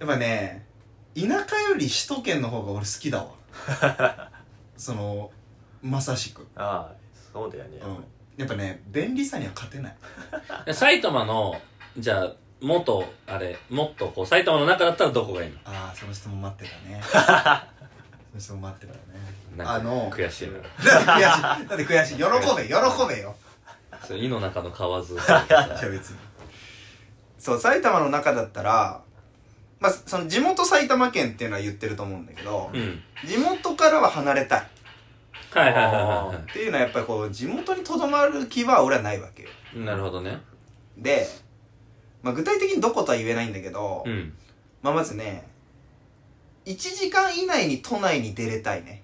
S3: やっぱね田舎より首都圏の方が俺好きだわ
S1: [LAUGHS]
S3: そのまさしく、
S2: ああそうだよね、
S3: うん、やっぱね便利さには勝てない
S1: え埼玉のじゃあもっとあれもっとこう埼玉の中だったらどこがいいの
S3: ああその人も待ってた
S1: [LAUGHS]
S3: ねその人も待ってたね
S1: なん
S3: あ
S1: か
S3: [LAUGHS] の
S1: 悔しいな
S3: なんで悔しいなんで悔しい喜
S1: [LAUGHS]
S3: べ喜べよ
S1: それ井の中の河津
S3: じゃあ別にそう埼玉の中だったらまあその地元埼玉県っていうのは言ってると思うんだけど
S1: うん
S3: 地元からは離れたい
S1: はいはいはいは
S3: っていうのはやっぱりこう地元にとどまる気は俺はないわけよ
S1: いなるほどね
S3: で、まあ、具体的にどことは言えないんだけど、
S1: うん
S3: まあ、まずね1時間以内に都内に出れたいね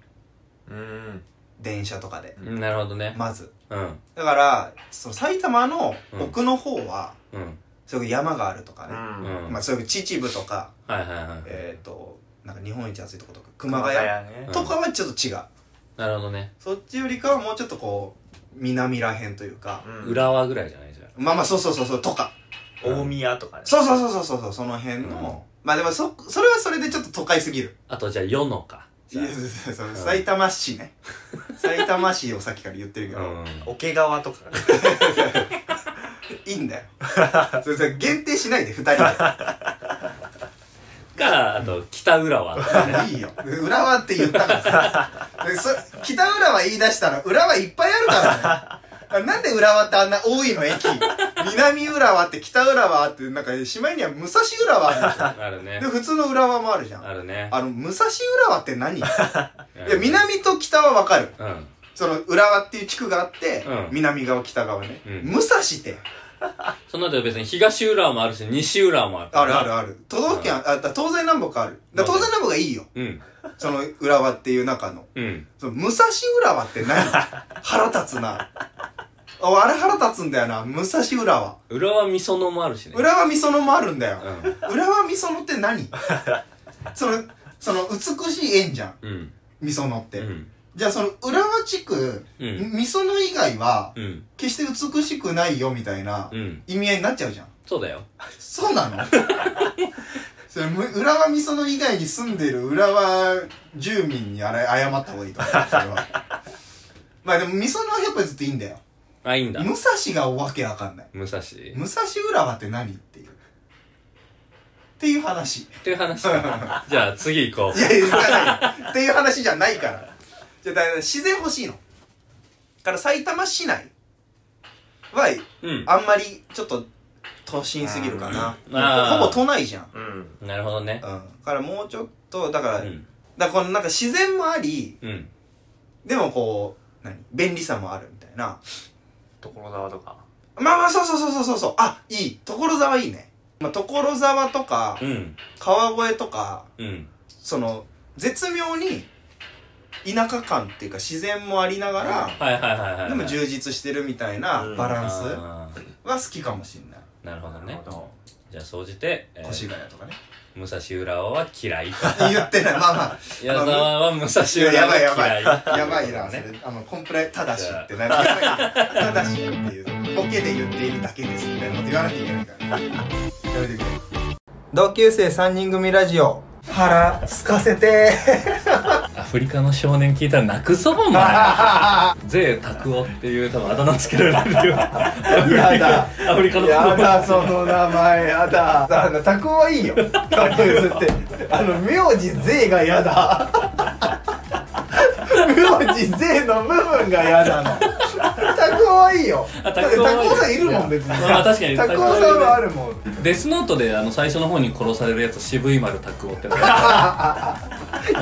S2: うん
S3: 電車とかで
S1: なるほどね
S3: まず
S1: うん
S3: だからその埼玉の奥の方は、
S1: うん
S3: そういう山があるとか
S2: う
S3: ね、
S1: うんん
S3: ま
S1: は
S3: あ、
S1: い
S3: そういう秩父とか、
S1: はいはい
S3: えっ、となんか日本一暑いとことか熊
S2: 熊
S3: 谷
S2: 谷ね
S1: うん
S3: とかはちょっと違う、
S1: なるほどね
S3: そっちよりかはもうちょっとこう南らへんというか、
S2: うん
S1: 浦和ぐらいじゃないじゃん
S3: まあまあそうそうそうそうとか
S2: 大宮とかね
S3: そうそうそうそうそうそうその辺の、まあでもそそれはそれでちょっと都会すぎる
S1: あとじゃあ与野か
S3: いやそうそうそう
S1: うん
S3: 埼玉市ね埼玉市をさっきから言ってるけ
S1: う
S3: ど、
S1: ん
S2: 桶川とかね
S3: いいんだよそれそれ限定しないで2人
S1: かあと北浦和
S3: でいいよ浦和って言ったからさでそ北浦和言い出したら浦和いっぱいあるからね [LAUGHS] なんで浦和ってあんな多いの駅南浦和って北浦和ってなんかしまいには武蔵浦和あ
S1: あるね
S3: るでしょで普通の浦和もあるじゃん
S1: あるね
S3: あの武蔵浦和って何いや
S1: うん
S3: 南と北はわかる
S1: うん
S3: その浦和っていう地区があって、
S1: うん
S3: 南側北側ね、
S1: うん
S3: 武蔵って
S1: その後別に東浦和もあるし西浦和もある
S3: あるあるある都道府県、あだ東西南北あるだ東西南北がいいよ
S1: うん
S3: その浦和っていう中の
S1: うん
S3: その武蔵浦和って何
S1: [LAUGHS]
S3: 腹立つなおあれ腹立つんだよな武蔵浦和
S1: 浦和美園もあるしね
S3: 浦和美園もあるんだよ
S1: うん
S3: 浦和美園って
S1: [LAUGHS]
S3: 何そのその美しい縁じゃん
S1: うん
S3: 美園って、
S1: うん
S3: じゃあその浦和地区、
S1: うん
S3: みその以外は、
S1: うん
S3: 決して美しくないよ、みたいな
S1: うん
S3: 意味合いになっちゃうじゃん。
S1: そうだよ
S3: そうなの [LAUGHS] それむ浦和美園以外に住んでる浦和住民にあれ謝った方がいいと思うそれはまあでも美園はやっぱずっといいんだよ
S1: あいいんだ
S3: 武蔵がわけわかんない
S1: 武蔵っ
S3: 武蔵浦和って何っていうってい
S1: [LAUGHS]
S3: う話
S1: ていう話かじゃあ次行こ
S3: いやいやじゃないよっていう話じゃないからじゃあだから自然欲しいのだから埼玉市内は
S1: ううん
S3: あんまりちょっと都心すぎるか
S1: あ
S3: な
S1: ー
S3: ほぼ都内じゃん
S2: うん
S1: なるほどね
S3: うん、だからもうちょっとだから、
S1: う
S3: だか
S1: ん
S3: らこのなんか自然もあり
S1: うん
S3: でもこう何便利さもあるみたいな
S2: 所沢とか
S3: まあまあそうそうそうそうそうそうあいい所沢いいね、まあ、所沢とか
S1: うん
S3: 川越とか
S1: うん
S3: その絶妙に田舎感っていうか自然もありながら、
S1: はいはいはいはい
S3: でも充実してるみたいな
S2: うん
S3: バランスは
S1: あー
S3: 好きかもしんない、
S1: なるほどね
S2: なるほ
S1: じゃあ総じて、えー
S3: 越谷とかね [LAUGHS]
S1: 武蔵浦和は嫌いと
S3: 言ってないまあま
S1: 矢沢は武蔵
S3: いや
S1: 浦
S3: や
S1: 和
S3: ばいやば
S1: 嫌い
S3: いやばいな、それ
S1: ね。
S3: あの、コンプライ、ただしってなる。ただしっていう、ボケで言っているだけですみたいなこと言わなきゃいけない [LAUGHS] から。やめてくれ。同級生3人組ラジオ、腹すかせて
S1: アフリカの少年聞いたら泣くぞお前
S3: [LAUGHS]
S1: ゼータクオっていう多分あだ名つけられるよ
S3: やだ。
S1: アフリカの
S3: やだ、その名前、やだ。あの、タクはいいよ。タクユズって。あの、名字税がやだ。名字税の部分がやだの。タクはいいよ。だ
S1: あ
S3: って
S1: タ
S3: タ
S1: ク
S3: ク
S1: はいい
S3: オさんいるもん、別に。
S1: まあ確かに
S3: タクオさんはあるもん。
S1: デスノートであの最初の方に殺されるやつ渋い丸拓
S3: [LAUGHS]
S1: 夫ってのが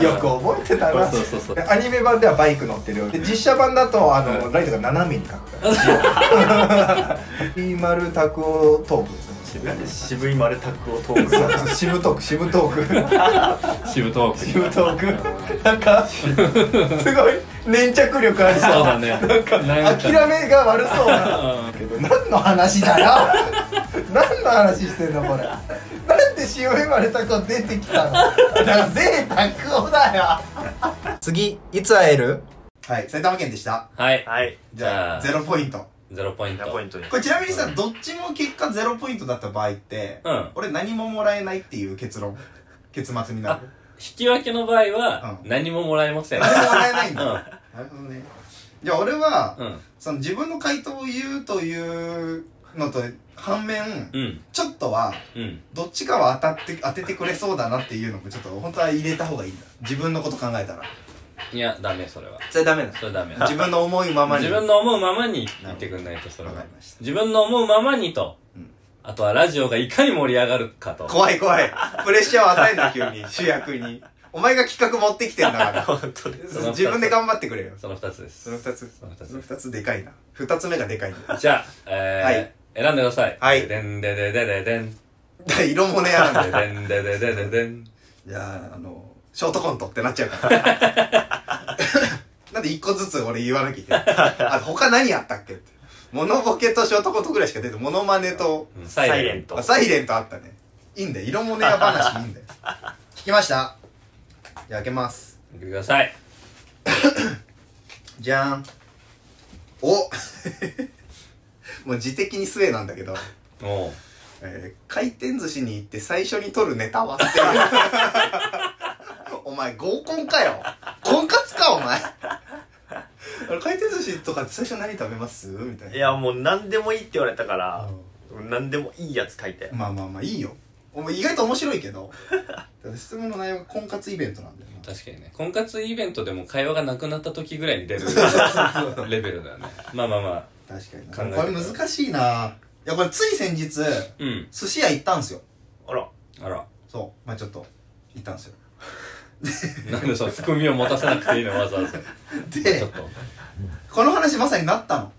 S3: よく覚えてたな
S1: そうそうそう
S3: アニメ版ではバイク乗ってるよで実写版だとあの、ライトが斜めに描くから B 丸タクオトーク [LAUGHS] ですね
S2: ど渋い丸タクを通る
S3: そうそうしぶトークしぶトー
S1: しぶとーク
S3: クしぶトークなんかすごい粘着力あり
S1: そう
S3: そう
S1: だねなんか
S3: 諦めが悪そうなけど何の話だよ何の話してんのこれなんで塩生まれた子出てきたのだぜたくおだよ次いつ会えるはい埼玉県でした
S1: はい
S2: はい
S3: じゃあ
S1: じゃ
S3: ゼロポイント
S1: ゼロポイント
S2: 0ポイントに
S3: これちなみにさどっちも結果ゼロポイントだった場合って、
S1: うん
S3: 俺何ももらえないっていう結論結末になる
S1: 引き分けの場合は
S3: うん
S1: 何ももらえませ
S3: [LAUGHS]
S1: ん、うん、
S3: 何ももらえないんだ、なるほどねじゃあ俺は、
S1: うん
S3: その自分の回答を言うというのと反面
S1: うん
S3: ちょっとは
S1: うん
S3: どっちかは当たって当ててくれそうだなっていうのもちょっと本当は入れた方がいいんだ自分のこと考えたら
S1: いやダメそれは
S3: それダメな
S1: それダメ
S3: 自分の思いままに
S1: 自分の思うままに言ってくんないとそれ
S3: わか
S1: は
S3: りました
S1: 自分の思うままにと、
S3: うん
S1: あとはラジオがいかに盛り上がるかと
S3: 怖い怖いプレッシャーを与えんな急に主役にお前が企画持ってきてんだから
S2: 本当です
S1: その二つ
S3: 自分で頑張ってくれよ
S1: その2つです
S3: その二つ
S1: その二つ
S3: その二つでかいな二つ目がでかいんだ
S1: じゃあ、えー
S3: はい
S1: 選んでください。
S3: はい
S1: でんでででででん。
S3: 色もねやらんで
S1: でんででででで
S3: [LAUGHS]
S1: ん。
S3: じゃああのショートコントってなっちゃうから [LAUGHS] なんで一個ずつ俺言わなきゃいけない [LAUGHS] あ他何やったっけってモノボケとショートコントぐらいしか出てモノマネと
S1: うんサ
S2: サイ
S1: イレ
S2: レ
S1: ン
S2: ン
S1: ト。
S2: ト
S3: あサイレントあったねいいんだよ色もねや話いいんだよ [LAUGHS] 聞きましたじゃあ開けます
S1: 見てください。
S3: じゃーん。お [LAUGHS] もう自的に末なんだけど、
S1: おう。
S3: えー回転寿司に行って最初に取るネ [LAUGHS] タはっていうお前合コンかよ。婚活か、お前。あれ回転寿司とかって最初何食べますみたいな。
S2: いやもう何でもいいって言われたから
S3: う
S2: 何でもいいやつ書いて
S3: まあまあまあいいよ。お前意外と面白いけど。ただ質問の内容が婚活イベントなんだよな。
S1: 確かにね。婚活イベントでも会話がなくなった時ぐらいに
S3: [LAUGHS]
S1: 出るレベルだよね。まあまあまあ。
S3: 確
S1: 考え
S3: かに
S1: て
S3: な。
S1: た
S3: これ難しいな。いや、これつい先日、
S1: うん。
S3: 寿司屋行ったんすよ。
S2: あら
S1: あら。
S3: そう。まあちょっと、行ったんすよ。
S1: なんでその含みを持たせなくていいのわざわざ。ちょ
S3: で
S1: っ、と。
S3: この話まさになったの。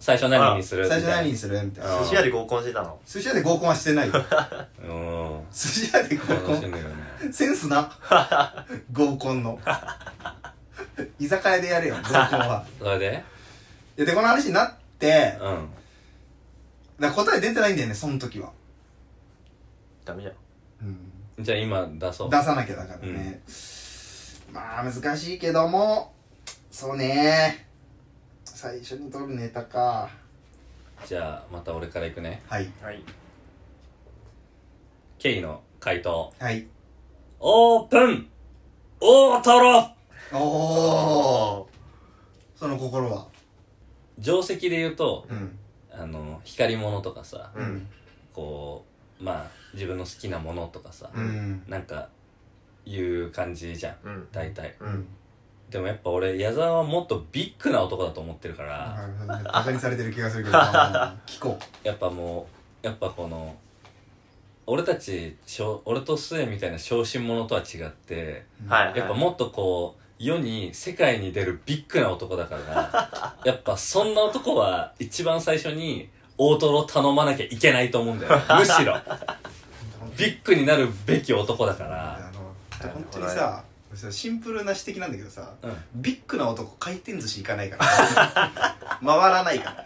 S1: 最初何にする
S3: 最初何
S1: み
S3: にするみたい
S1: あ
S3: な
S1: ー。
S2: 寿司屋で合コンしてたの
S3: 寿司屋で合コンはしてないよ。
S1: たいなうん。
S3: 寿司屋で合コ
S1: 楽しん
S3: ン。
S1: でるよね。
S3: センスな。合コンの。居酒屋でやるよ、合コンは。
S1: それで
S3: いやで、この話になって、
S1: うん。
S3: だから答え出てないんだよね、その時は。
S2: ダメじゃん
S3: うん
S1: じゃあ今出そう。
S3: 出さなきゃだからね。まあ、難しいけども、そうね最初に撮るネタか
S1: じゃあまた俺からいくね
S3: はい
S2: はい
S1: ケイの回答
S3: はい
S1: オープン大トロ
S3: おおその心は
S1: 定石で言うと
S3: うん
S1: あの光り物とかさ
S3: うん
S1: こうまあ自分の好きなものとかさ、
S3: うん
S1: なんかいう感じじゃん
S2: うん
S1: 大体
S2: うん
S1: でもやっぱ俺矢沢はもっとビッグな男だと思ってるから、
S3: バカにされてる気がす
S1: [LAUGHS]
S3: るけど聞こ
S1: やっぱもうやっぱこの俺たち小俺と末みたいな小心者とは違って
S3: う
S2: はい
S1: やっぱもっとこう世に世界に出るビッグな男だからやっぱそんな男は一番最初に大トロ頼まなきゃいけないと思うんだよねむしろビッグになるべき男だから
S3: あの本当にさシンプルな指摘なんだけどさ、
S1: うん
S3: ビッグな男回転寿司行かないから回らない [LAUGHS] から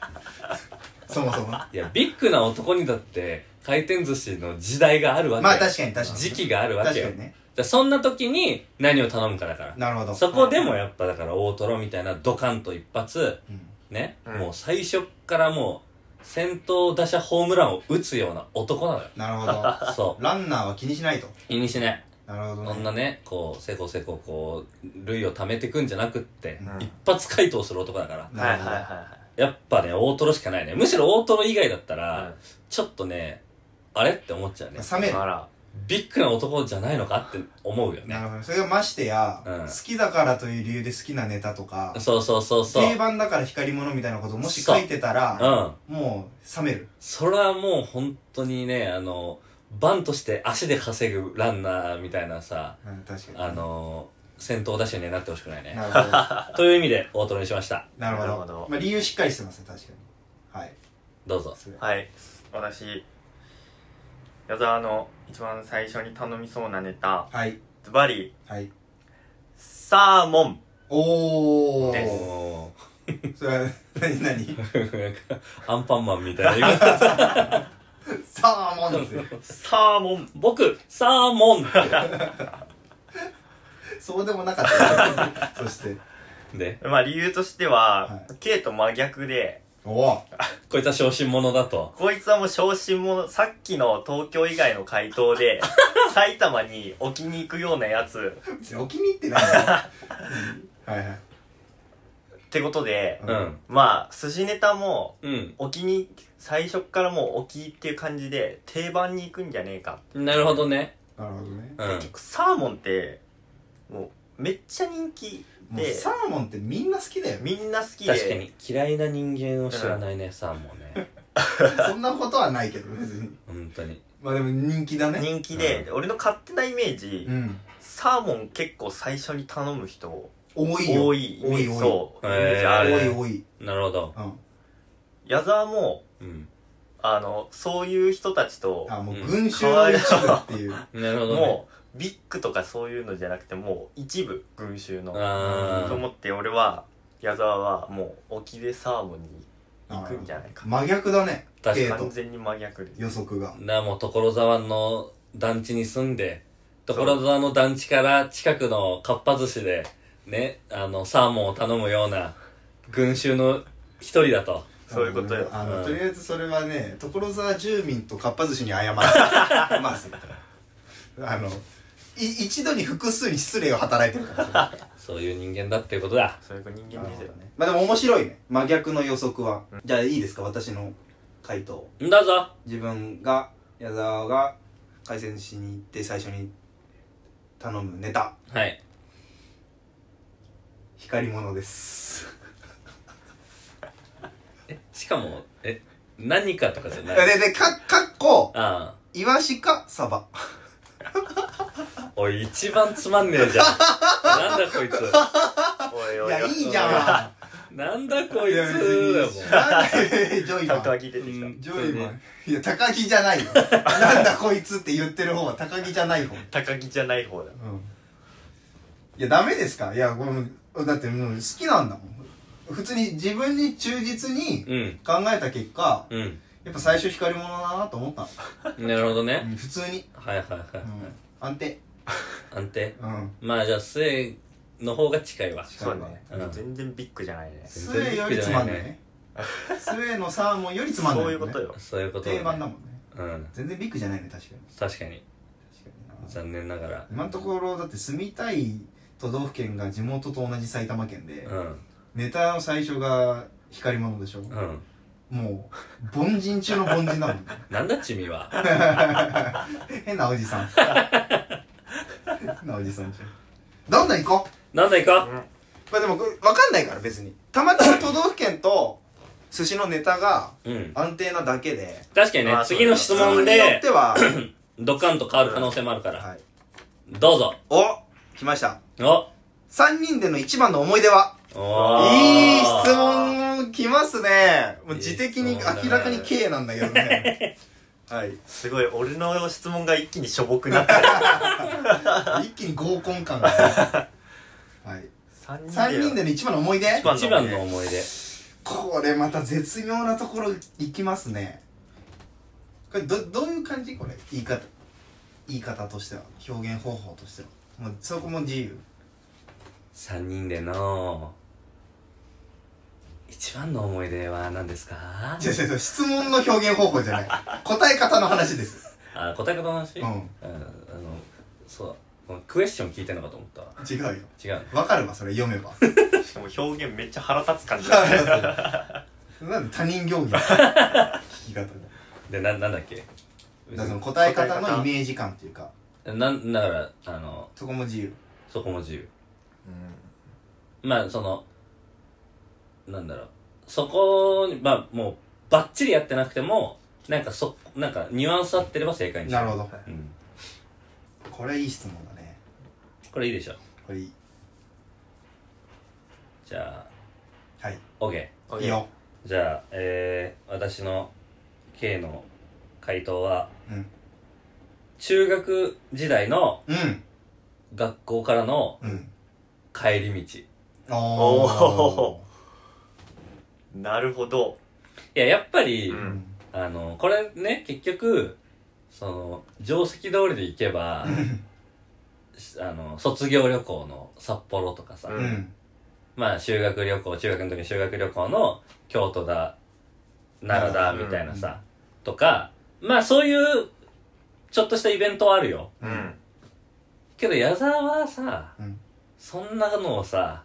S3: そもそもま
S1: いやビッグな男にだって回転寿司の時代があるわけよ
S3: あ確かに確かに
S1: 時期があるわけ
S3: 確
S1: よ
S3: かにね
S1: だからそんな時に何を頼むかだから。
S3: なるほど
S1: そこでもやっぱだから大トロみたいなドカンと一発、
S3: うん
S1: ね、
S2: うん
S1: もう最初っからもう先頭打者ホームランを打つような男なのよ。
S3: なるほ
S1: [LAUGHS]
S3: ど [LAUGHS]
S1: そ
S3: ランナーは気にしないと
S1: う。気にしない。
S3: なるほど
S1: そんなね、こう、せこせここう、類を溜めてくんじゃなくって、
S3: うん
S1: 一発回答する男だから。
S2: はいは
S3: ないるほど
S2: はいは
S1: やっぱね、大トロしかないね。むしろ大トロ以外だった
S2: い
S1: ら、ちょっとね、あれって思っちゃうね。
S3: 冷め
S2: うん
S3: る
S2: あら
S1: ビッグな男じゃないのかって思うよ
S3: な
S1: ね。
S3: るほどそれがましてや、
S1: うん
S3: 好きだからという理由で好きなネタとか
S1: そうそうそうそう。
S3: 定番だから光り物みたいなことをもし書いてた
S1: う
S3: ら
S1: ん。
S3: もう冷める
S1: それはもう本当にね、あの、バンとして足で稼ぐランナーみたいなさ、
S3: うん確か
S1: あの、先頭打者にはなってほしくない
S3: に
S1: ね。
S3: なるほど
S1: という意味で、大トロにしました。
S3: なるほど
S2: なるほど
S3: まあ、理由しっかりしてますね確かにはい
S1: どうぞ。
S3: それ
S2: はい私矢沢の一番最初に頼みそうなネタ
S3: はい
S2: ズバリ
S3: はい
S2: サーモン
S3: お
S1: お
S3: ー
S1: ー
S3: それは何何
S1: [LAUGHS] なんかアンパンマンみたいな言い方。 [LAUGHS]
S3: サーモンですね
S2: サーモン
S1: 僕、サーモンっ
S3: そうでもなかったそして
S1: てで、
S2: まあ理由としては、
S3: は
S2: ケイと真逆で
S3: おお
S1: こいつは小心者だと。
S2: こいつはもう昇進者さっきの東京以外の回答
S3: [LAUGHS]
S2: で埼玉に置きに行くようなやつ
S3: 別にお気に入ってないよはいはい
S2: ってことで
S1: う、ん。
S2: まあ寿司ネタも
S1: うん。
S2: 置きに最初っからもう置きっていう感じで定番に行くんじゃねえか
S1: なるほどね。
S3: なるほどね
S1: う
S2: 結
S1: ん。
S2: 構サーモンってもうめっちゃ人気
S3: もう
S2: で
S3: サーモンってみんな好きだよ
S2: みんな好きで
S1: 確かに、嫌いな人間を知らないね、サーモンね。
S3: そんなことはないけど別に
S1: 本当に。
S3: まあでも人気だね
S2: 人気で、俺の勝手なイメージ、
S3: うん
S2: サーモン結構最初に頼む人
S3: 多いよ
S2: 多いイメ
S3: 多
S2: ー
S3: い
S2: ジ
S3: 多い
S2: そうイメージあ
S1: あ
S3: 多
S2: る、
S1: れ
S3: い多い
S1: なるほど。
S3: うん
S2: 矢沢も
S1: うん。
S2: あのそういう人たちと
S3: あもう
S1: うん
S3: 群衆の一部っていう
S1: なるほどね。
S2: もうビッグとかそういうのじゃなくてもう一部群衆の
S1: あー
S2: と思って俺は矢沢はもう沖でサーモンに行くんじゃないか
S3: 真逆だね
S1: 確かに
S3: デー
S2: 完
S3: ト
S2: 全に真逆です
S3: 予測が
S1: なあもう所沢の団地に住んで、所沢の団地から近くのかっぱ寿司で、ね、あの、サーモンを頼むような群衆の一人だと。
S2: そういうことよ
S3: あの、
S1: うん
S3: とりあえずそれはね所沢住民とかっぱ寿司
S2: [LAUGHS]
S3: に謝るまずあのい一度に複数に失礼を働いてるからそ
S1: そ
S3: れ
S1: ういう人間だっていうことだ。
S2: それが人間ですよね
S3: まあでも面白いね真逆の予測は、じゃあいいですか私の回答
S1: んだぞ
S3: 自分が矢沢が海鮮しに行って最初に頼むネタ
S1: はい。
S3: 光り物です
S1: しかも、え、何かとかじゃ
S3: で
S1: ない。
S3: でかかっこ
S1: あ
S3: イワシかサバ
S1: あ。おい、一番つまんねえじゃん。なんだこいつ。
S2: おい
S3: い
S2: おい
S3: や
S2: お
S3: いい
S2: い
S3: じゃ
S1: なんだこ
S3: ん
S1: い
S3: い
S1: つ
S3: や別に
S1: だよ、
S3: 知
S1: も
S3: らないジョイマン
S2: 高木出てきた、
S1: うん
S3: ジョイマン。いや、高木じゃないよ。なんだこいつって言ってる方は高木じゃない方。うん。
S2: 高木じゃない方だ
S3: いや、ダメですかいや、この、だってもう好きなんだもん。普通に自分に忠実に
S1: う。うん。
S3: 考えた結果、
S1: うん。
S3: やっぱ最初光り物だなと思ったの。
S1: なるほど
S3: う
S1: ね。
S3: ん普通に。
S1: はいはいはい。
S3: うん。安定。
S1: 安定。
S3: うん。
S1: まあじゃあ、末の方が近いわ
S3: 近い
S2: そう
S3: わ
S2: ね
S1: うん
S2: 全然ビッグじゃないね
S3: スウェーよりつまんねえスウェーのサーモンよりつまんねえ
S2: そういうことよ
S1: そういうことだね
S3: 定番だもんね
S1: うん
S3: 全然ビッグじゃないね確かに
S1: 確かに
S3: 確かにな
S1: 残念ながら
S3: 今のところだって住みたい都道府県が地元と同じ埼玉県で、
S1: うん
S3: ネタの最初が光り物でしょ、
S1: うん
S3: もう凡人中の凡人
S1: [LAUGHS]
S3: なの
S1: なんだちみは
S3: 変なおじさん変なおじさん中どんどん行こう
S1: なんだいか
S3: まあでもこれ分かんないから別にたまたま都道府県と寿司のネタが
S1: うん
S3: 安定なだけで
S1: 確かにね
S2: まあ
S1: 次の質
S2: そ
S1: 問
S3: によっ
S1: で
S3: ては
S1: ドカンと変わる可能性もあるから
S3: はい
S1: どうぞ
S3: お来ました
S1: お
S3: 3人での一番の思い出は
S1: おー
S3: いい質問きますね。もう
S1: いい
S3: 自的に
S1: 質問だね
S3: 明らかに K なんだけどね。はい。
S1: [LAUGHS]
S2: すごい俺の質問が一気にしょぼくなった
S3: 一気に合コ
S1: [LAUGHS]
S3: ン感がね。はい。
S2: 3
S3: 3人での一番の思い出
S2: 番
S1: 一番の思い出
S3: これまた絶妙なところいきますね。これど、どういう感じこれ。言い方。言い方としては。表現方法としては。もうそこも自由。
S1: 3人での一番の思い出は何です
S3: [LAUGHS]
S1: か
S3: 違う違う違う質問の表現方法じゃない。答え方の話です。
S1: あ答え方の話
S3: うん
S1: あのそうごめんクエスチョン聞いてんのかと思ったわ
S3: 違うよ。
S1: 違う
S3: わかるわ、それ読めば。
S2: しかも表現めっちゃ腹立つ感じだね
S3: なんで他人行儀聞き方が。
S1: でななんだっけ
S3: だからその答え方のイメージ感っていうか
S1: なんだからあの
S3: そこも自由
S1: そこも自由まあそのなんだろうそこにまあもうバッチリやってなくてもなんかそなんかニュアンス合ってれば正解にし
S3: な
S1: よ
S3: るほど
S1: う、うん、
S3: これいい質問だね
S1: これいいでしょ
S3: これいい
S1: じゃ
S3: はい
S1: あ OK
S2: うん
S3: いいよ
S1: じゃあ、えー、私の K の回答は、
S3: うん
S1: 中学時代の
S3: うん
S1: 学校からの
S3: うん
S1: 帰り道。い
S3: お
S2: おなるほど
S1: や、やっぱり、
S2: う
S3: ーうんん
S1: あの、これね、結局、その、定石通りで行けば、しあの、卒業旅行の札幌とかさ、
S2: う
S3: うんん
S1: まあ、修学旅行、中学の時に修学旅行の京都だ、奈良だ、
S2: うん
S1: みたいなさ、とか、まあ、そういう、ちょっとしたイベントはあるよ。
S2: うん
S1: けど矢沢はさ、
S3: うん
S1: そんなのをさ、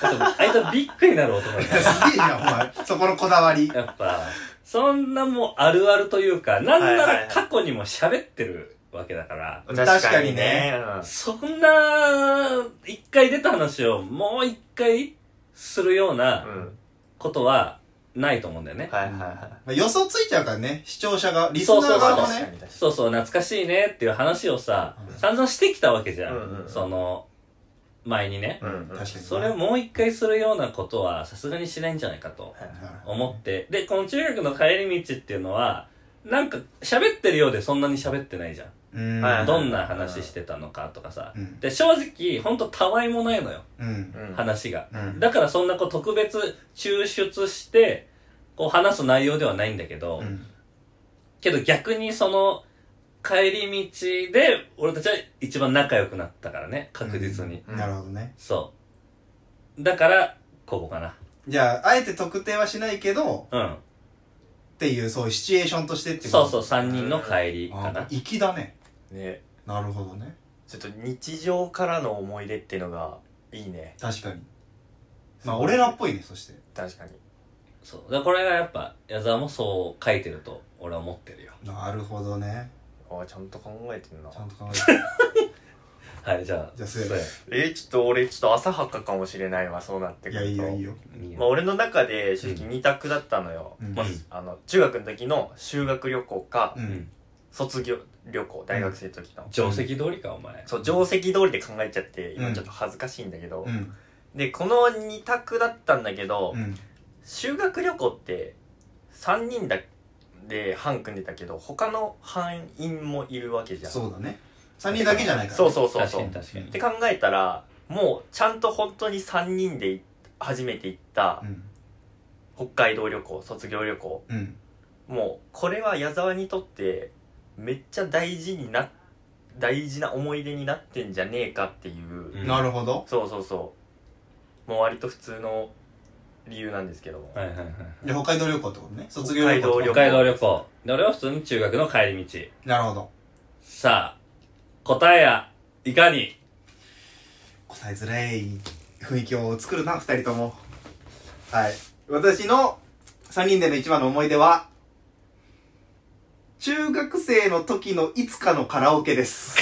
S1: あいつはビッグになる男だか
S3: すげえじゃんお前そこのこだわり
S1: ら [LAUGHS] やっぱそんなもうあるあるというかなんな
S2: はいはいは
S1: ら
S2: い
S1: 過去にも喋ってるわけだから、
S3: 確かにね
S1: そんな一回出た話をもう一回するよう
S2: う
S1: なん
S2: うん
S1: ことはないと思うんだよね、
S2: はいはいはい
S3: まあ予想ついちゃうからね視聴者がリスナー側も
S1: そう
S3: ね
S1: そうそう懐かしいねっていう話をさ、
S3: うん
S1: 散々してきたわけじゃん、
S2: うんうんうん
S1: その前にね、
S2: うんうん
S3: 確かに
S1: それをもう一回するようなことはさすがにしないんじゃないかと、思って。で、この中学の帰り道っていうのは、なんか喋ってるようでそんなに喋ってないじゃ
S3: うん
S2: はいは
S1: ん。
S2: い
S1: どんな話してたのかとかさ
S3: う。ん
S1: で、正直、ほんとたわいもないのよ、
S3: うん
S2: うん
S1: 話が。
S3: うん
S1: だからそんなこう特別抽出して、こう話す内容ではないんだけど、
S3: うん
S1: けど逆にその、帰り道で、俺たちは一番仲良くなったからね、確実に。
S3: なるほどね
S1: そう。だから、ここかな。
S3: じゃああえて特定はしないけど
S1: うん。
S3: っていうそういうシチュエーションとしてって
S1: そうそうう、3人の帰りかな。
S3: 粋だね
S2: ね
S3: なるほどね
S2: ちょっと日常からの思い出っていうのがいいね
S3: 確かにまあ俺らっぽいねそして
S2: 確かに
S1: そう。だからこれがやっぱ、矢沢もそう書いてると、俺は思ってるよ。
S3: なるほどね
S2: あーちゃんと考えてんな
S3: ちゃんと考えて
S1: はい、じゃあ、
S3: じゃあ末
S1: 末
S2: えーちょっと俺ちょっと浅はかかもしれないわそうな [LAUGHS] って
S3: い
S2: くる
S3: や
S2: と
S3: いいよいいよ
S1: いい
S2: まあ
S1: よ
S2: 俺の中で正直二択だったのよ、
S3: うん
S1: まあ
S2: あの中学の時の修学旅行か、
S3: うん
S2: 卒業旅行大学生の時の、
S1: 定石通りか、お前。
S2: そう定石通りで考えちゃって
S3: う
S2: 今
S3: ん
S2: ちょっと恥ずかしいんだけど、
S3: うん
S2: でこの二択だったんだけど、
S3: うん
S2: 修学旅行って3人だで班組んでたけど他の班員もいるわけじゃん
S3: そうだね3人だけじゃないからね
S2: そうそうそう
S1: 確
S2: そ
S1: か
S2: う
S1: に確かに
S2: っ。て考えたらもうちゃんと本当に3人でい初めて行った
S3: うん
S2: 北海道旅行卒業旅行
S3: うん
S2: もうこれは矢沢にとってめっちゃ大事にな大事な思い出になってんじゃねえかっていう、
S1: うん
S3: なるほど
S2: そうそうそうもう割と普通の理由なんですけども、
S1: はいはいはい
S3: で北海道旅行ってことね卒業旅行って
S1: 北
S3: こ
S1: 海道旅行で俺は普通に中学の帰り道
S3: となるほど
S1: さあ答えやいかに
S3: 答えづらい雰囲気を作るな二人ともはい私の三人での一番の思い出は中学生の時のいつかのカラオケです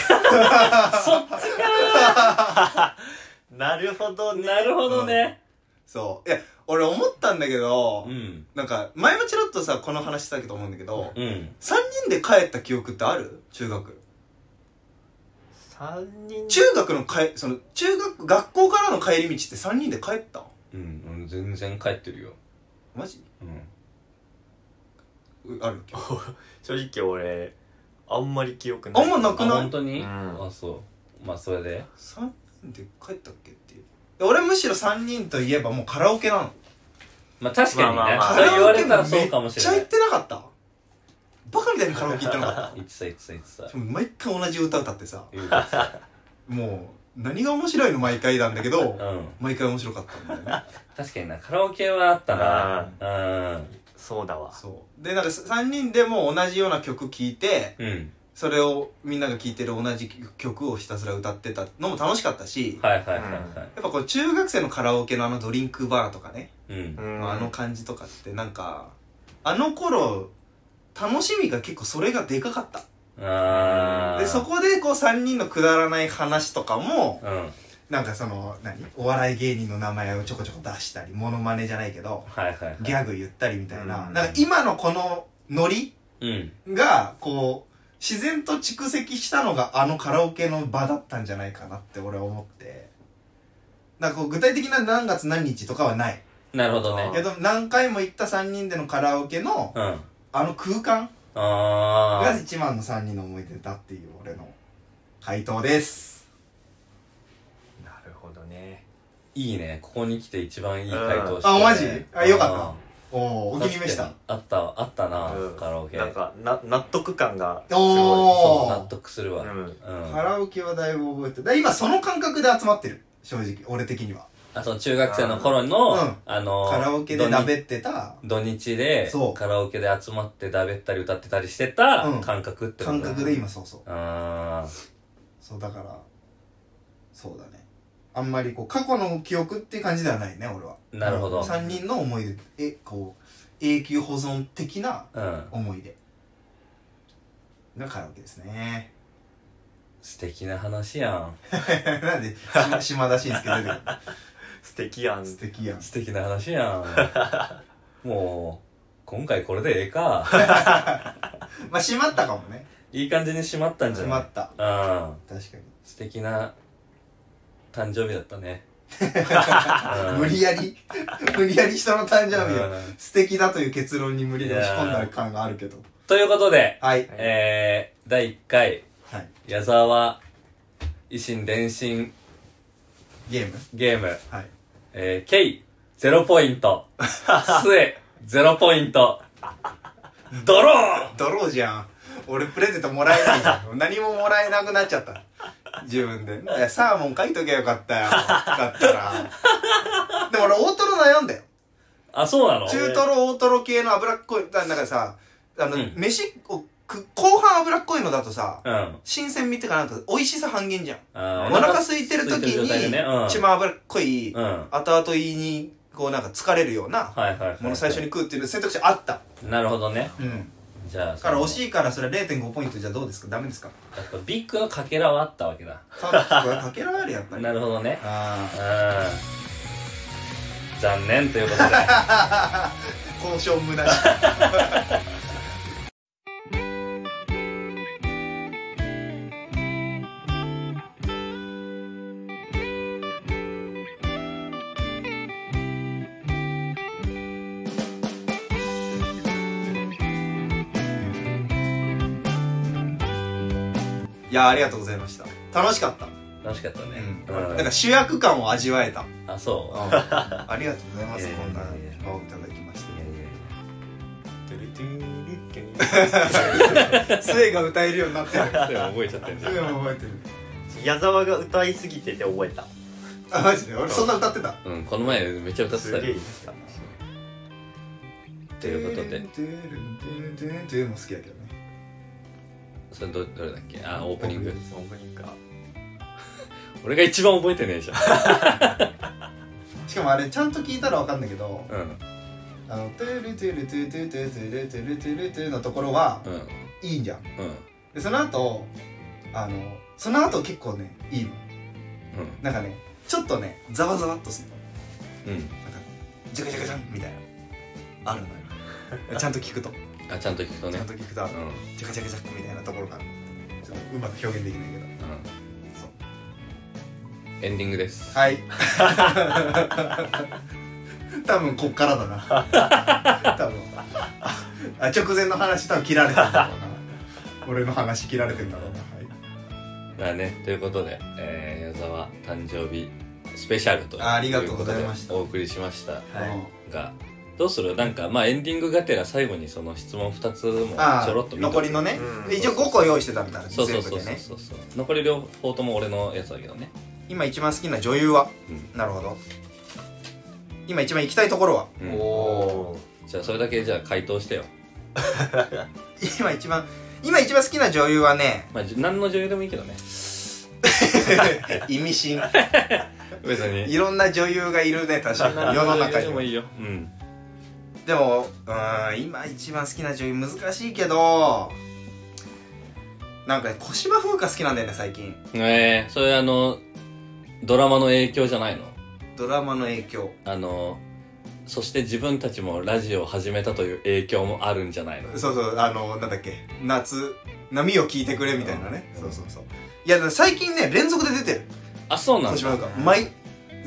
S2: なるほどね
S1: なるほどね
S3: そういや俺思ったんだけど、
S1: うん
S3: なんか前もちらっとさこの話したけど思うんだけど、
S1: うん
S3: 三人で帰った記憶ってある中学
S2: 3人
S3: 中学の帰その中学学校からの帰り道って三人で帰った
S1: うん、俺全然帰ってるよ
S3: マジ
S1: うん
S3: うあるっけ
S2: 正直俺あんまり記憶ない
S3: あんまな
S1: あ
S3: くない
S1: 本当に、
S2: うん
S1: あそうまあそれで
S3: 3人で帰ったっけっていう俺むしろ3人といえばもうカラオケなの
S1: まあ確かにね、
S2: まあまあまあ
S1: そう言われたらそうかもしれな
S3: め
S1: い
S3: っちゃ行ってなかったバカみたいにカラオケ行ってなかっ
S1: 言ってた言ってた言って
S3: た毎回同じ歌歌ってさ
S1: た言ってた
S3: もう何が面白いの毎回なんだけど
S1: うん
S3: 毎回面白かったんだよね
S1: 確かになカラオケはあったな
S2: そうだわ
S3: そうでなんか3人でもう同じような曲聴いて
S1: うんうん
S3: それをみんなが聴いてる同じ曲をひたすら歌ってたのも楽しかったし
S1: はいはいはいは
S3: やっぱこう中学生のカラオケのあのドリンクバーとかね
S1: いうん
S2: うん
S3: あの感じとかってなんかあの頃楽しみが結構それがでかかった
S1: あー
S3: でそこでこう3人のくだらない話とかも
S1: うんはい
S3: なんかその何お笑い芸人の名前をちょこちょこ出したりモノマネじゃないけど
S1: はいはい
S3: ギャグ言ったりみたいな,、
S2: うん
S3: なんか今のこのノリ
S1: うん
S3: がこう自然と蓄積したのがあのカラオケの場だったんじゃないかなって俺は思ってなんかこう具体的な何月何日とかはない
S1: なるほどね
S2: あ
S3: けど何回も行った3人でのカラオケの
S1: うん
S3: あの空間が
S1: あ
S3: 一番の3人の思い出だっていう俺の回答です
S2: なるほどね
S1: ーいいねここに来て一番いい回答して
S3: あマジあよかおお
S1: た
S3: お気に召した
S1: あったあったな
S2: うん
S1: カラオケ
S2: なんかな納得感がすご
S1: そう
S3: お
S1: 納
S3: お
S1: 得するわ
S2: い、う
S1: うん
S2: ん、
S3: カラオケはだいぶ覚えてるだ今その感覚で集まってる正直俺的には
S1: あその中学生の頃の
S3: うん
S1: あの
S3: カラオケで
S1: 土日
S3: なべってた
S1: 土日で
S3: そう
S1: カラオケで集まってだべったり歌ってたりしてた
S3: うん
S1: 感覚ってこと
S3: 感
S1: だ
S3: 覚で今そうそう
S1: あ
S3: そうだからそうだねあんまりこう過去の記憶っていう感じではないね俺は
S1: ーなるほど
S3: 3人の思い出えこう永久保存的な
S1: うん
S3: 思い出がカラオケですね [LAUGHS]
S1: 素敵な話やん
S3: なんで
S1: [LAUGHS]
S3: し島田紳助出てくるの
S2: 素敵やん
S3: 素敵やん
S1: 素敵な話や
S3: [LAUGHS]
S1: んもう今回これでええか
S3: まあ閉まったかもね
S1: いい感じに締まったんじゃ
S3: 閉
S1: な
S3: ま
S1: い
S3: っ
S1: う
S3: た
S1: ん
S3: 確か
S1: 素敵な誕生日だった
S3: [LAUGHS]
S1: ね
S3: に無理やり [LAUGHS] 無理やり人の誕生日を
S1: うん
S3: 素敵だという結論に無理で押し込んだ感があるけど
S1: ということで、
S3: はい
S1: えー、第1回
S3: はい
S1: 矢沢維新伝心
S3: ゲーム
S1: ゲーム、
S3: はい
S1: えー、ケイ0ポイン
S3: [LAUGHS]
S1: トスエ0ポイントドロー
S3: ドローじゃん俺プレゼントもらえないじゃん何ももらえなくなっちゃった自分でいやサーモン書いときゃよかったよだったらでも俺大トロ悩んだよ
S1: あそうなの
S3: 中トロ大トロ系の脂っこいだなんかさあの、
S1: うん
S3: 飯をく後半脂っこいのだとさ
S1: うんあ
S3: 新鮮味ってかなんか美味しさ半減じゃん
S1: ー
S3: お腹空いてる
S1: 空いて
S3: 時
S1: る
S3: に
S1: 状態でねうん
S3: 一番脂っこい
S1: うんは
S3: 後々胃にこうなんか疲れるようない
S1: はいはい、はい、
S3: もの最初に食うっていう選択肢あった
S1: なるほどね
S3: うん
S1: じゃあ
S3: だから惜
S1: い
S3: しいからそれ0.5ポイントじゃどうですかダメですか
S1: やっぱビッグのかけらはあったわけだ
S3: かかけられるやっぱり
S1: なるほどね
S3: あ
S1: う
S3: あ
S1: ん残念ということ
S3: [LAUGHS]
S1: で
S3: 交渉無駄しいやありがとうございました楽しかった、
S1: 楽しかったねう
S3: なん
S1: ん
S3: か主役感を味わえた
S1: あそう
S3: ありがとうございます。
S1: いやいや
S3: こんない
S1: やいや
S3: 顔いただきまして。
S2: トゥルトゥルッキュン
S3: 杖が歌えるようになってる
S1: それ覚えちゃってんだ
S3: 杖
S1: よ
S3: も覚えてる
S2: 矢沢が歌いすぎてて覚えた
S3: あマジで俺そんな歌ってた
S1: うんこの前めっちゃ歌ってた
S2: すげえいい
S1: よ
S2: ですか
S1: ということで
S3: トゥルントゥルントゥルントゥルントゥルンも好きだけどね
S1: それどどれだっけあオープニング
S2: オープニングか
S1: 俺が一番覚えてねえじゃん
S3: しかもあれちゃんと聞いたらわかんだけど
S1: うん
S3: あのトゥルトゥルトゥルトゥルトゥルトゥルトゥルトゥルトゥルのところは
S1: うん
S3: いいんじゃん
S1: うん
S3: でその後あのその後結構ねいいの
S1: うん
S3: なんかねちょっとねざわざわっとするの
S1: うん
S3: ジャカジャカジャンみたいなあるのよちゃんと聞くと
S1: あちゃんと聞くと
S3: ち
S1: ね
S3: ゃんと聞くとある
S1: うんうん
S3: ジャカジャカジャックみたいなところがあるちょっとうまく表現できないけどそう
S1: エンディングです
S3: はい [LAUGHS] 多分こっからだな [LAUGHS] 多分あ直前の話多分切られてるんだろうな俺の話切られてるんだろうな、はい
S1: まあねということで、えー、矢沢誕生日スペシャルということで
S3: ありがとうございました
S1: お送りしました
S2: はい
S1: がどうするなんかまあエンディングがてら最後にその質問2つも
S3: あ
S1: ちょろっと
S3: ー
S1: 見とく
S3: 残りのね、
S2: うん
S3: で一応5個用意してたみたいな
S1: そうそう
S3: 全
S1: そ
S3: 部
S1: う
S3: で
S1: そう
S3: ね
S1: そうそう残り両方とも俺のやつだけどね
S3: 今一番好きな女優は、
S1: う
S3: なるほど今一番行きたいところは
S1: うん
S2: おー
S1: じゃあそれだけじゃあ回答してよ
S3: 今一番今一番好きな女優
S1: [LAUGHS]
S3: はね
S1: まあじゅ何の女優でもいいけどね
S3: 意味深
S1: 別に
S3: [LAUGHS] いろんな女優がいるね確かに世の中
S1: で
S3: に
S1: も
S3: はい
S1: いようん
S3: でもうーん今一番好きな女優難しいけどなんかね小芝風花好きなんだよね最近
S1: ええそれあのドラマの影響じゃないの
S3: ドラマの影響
S1: あのそして自分たちもラジオを始めたという影響もあるんじゃないの
S3: そうそうあのなんだっけ夏波を聞いてくれみたいなね、
S1: うん
S3: そうそうそういやだから最近ね連続で出てる
S1: あそうなん
S3: 小
S1: だ
S3: 芝風花毎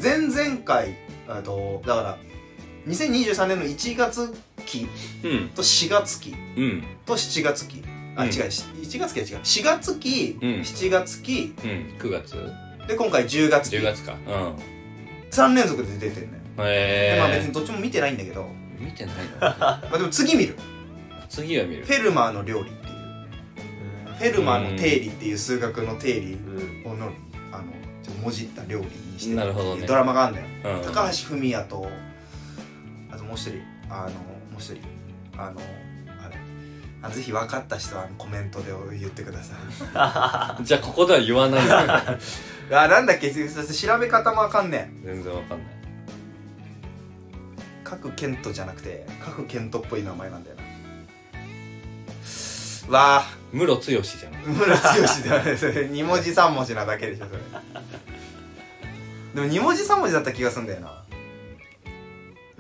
S3: 前々回あとだから2023年の1月期
S1: うん
S3: と4月期
S1: うん
S3: と7月期あ、
S1: うん
S3: 違うし1月期は違う4月期、
S1: うん
S3: 7月期
S1: うん9月
S3: で今回10月期
S1: 10月かうん
S3: 3連続で出てるのよ、で
S1: え
S3: まあ別
S1: え
S3: にどっちも見てないんだけど、
S1: 見てないの
S3: まあ、でも次見る
S1: 次は見る
S3: フェルマーの料理っていうフェルマーの定理っていう数学の定理
S2: うん
S3: をのあのちょっともじった料理にして
S1: なるほどね
S3: ドラマがあるんだよ
S1: うん
S3: 高橋文也とあともう一人あのもう一人あのあれあぜひ分かった人はあのコメントで言ってください
S1: [LAUGHS] じゃあここでは言
S3: [LAUGHS]
S1: わないよ
S3: あなんだっけそして調べ方もあかんねん
S1: 全然わかんない
S3: 各賢人じゃなくて各賢人っぽい名前なんだよなわあ
S1: ムロツヨシじゃない
S3: 村剛ではないそれ2文字3文字なだけでしょそれでも2文字3文字だった気がすんだよな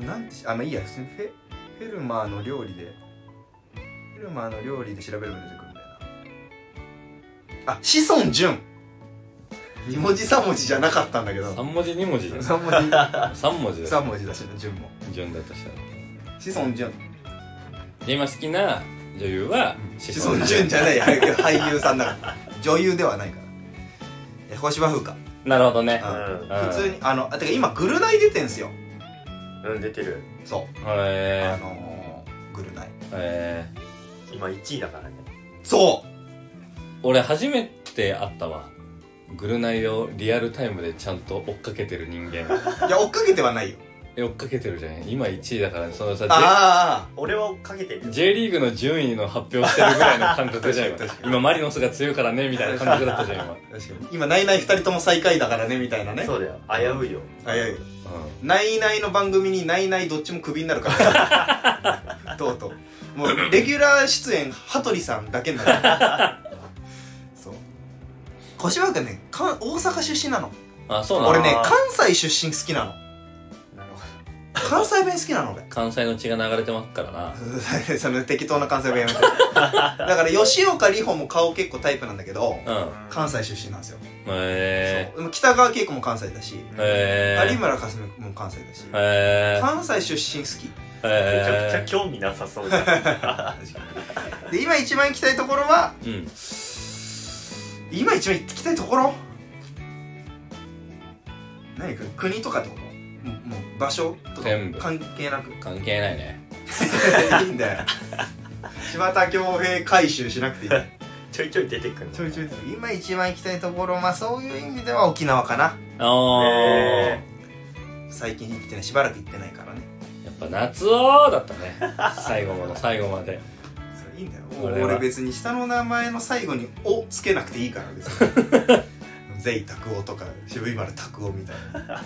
S3: なんてしあまあいいや普通にフェフェルマーの料理でフェルマーの料理で調べれば出てくるんだよなあ志尊淳2文字3文字じゃなかったんだけど
S1: 3文字2文字じゃない
S3: 3文字
S1: 3文字だ
S3: 3文字だし淳も
S1: 順だとしたら
S3: 志尊淳
S1: 今好きな女優は
S3: 志尊淳じゃないあれ俳優さんだから女優ではないからえ小芝風花
S1: なるほどね
S3: あ
S2: うん
S1: うん
S3: 普通にあのあてか今グルナイ出てんすよ
S2: うん出てる
S3: そうあ
S1: へ
S3: のー、グルナイ
S1: えへえ
S2: 今1位だからね
S3: そう
S1: 俺初めて会ったわグルナイをリアルタイムでちゃんと追っかけてる人
S3: [LAUGHS]
S1: 間
S3: いや追っかけてはないよ
S1: え追っかけてるじゃん今1位だからそのさ
S3: あ
S2: 俺は追っかけてる
S1: J, J
S2: よ
S1: リーグの順位の発表してるぐらいの感覚じゃん今
S3: [LAUGHS] 確かに確か
S1: 今マリノスが強いからねみたいな感覚だったじゃん今、
S3: あ確かに今ナイナイ2人とも最下位だからねみたいなね
S2: そうだよ危ういよ
S3: あいやいや
S1: う
S3: ナイナイの番組にナイナイどっちもクビになるからとうとうもうレギュラー出演羽鳥さんだけになるそう小芝君ねか大阪出身なの
S1: ん、あそうなの
S3: 俺ね関西出身好きなの
S2: なるほ
S3: 関西弁好きなの俺 [LAUGHS]
S1: 関西の血が流れてますからな
S3: その適当な関西
S1: [LAUGHS]
S3: 弁やめてだから吉岡里帆も顔結構タイプなんだけど
S1: うん
S2: ど
S3: 関西出身なんですよ、
S1: へ
S3: そうでも北川景子も関西だし、
S1: えへえ
S3: 有村架純も関西だし、
S1: へえ
S3: 関西出身好
S2: めちゃくちゃ
S1: へ
S2: 興味なさそうじゃ
S3: [LAUGHS]
S2: ん
S3: きで今一番行きたいところは
S1: えうん
S3: 今一番行きたいところ何か国とかってこともうもう場所とか
S1: 全部
S3: 関係なく
S1: 関係ないね
S3: いいんだよ柴田恭平回収しなくていい
S2: ちょいちょい出てくる
S3: ちょいちょい今一番行きたいところまあそういう意味では沖縄かな
S1: ああ、
S2: え
S3: 最近行ってないしばらく行ってないからね
S1: やっぱ夏男だったね最後の最後まで
S3: それいいんだよ
S1: これは
S3: 俺別に下の名前の最後に「お」
S1: [LAUGHS]
S3: つけなくていいから別に「ゼイ拓夫」とか「渋い丸拓夫」みたいな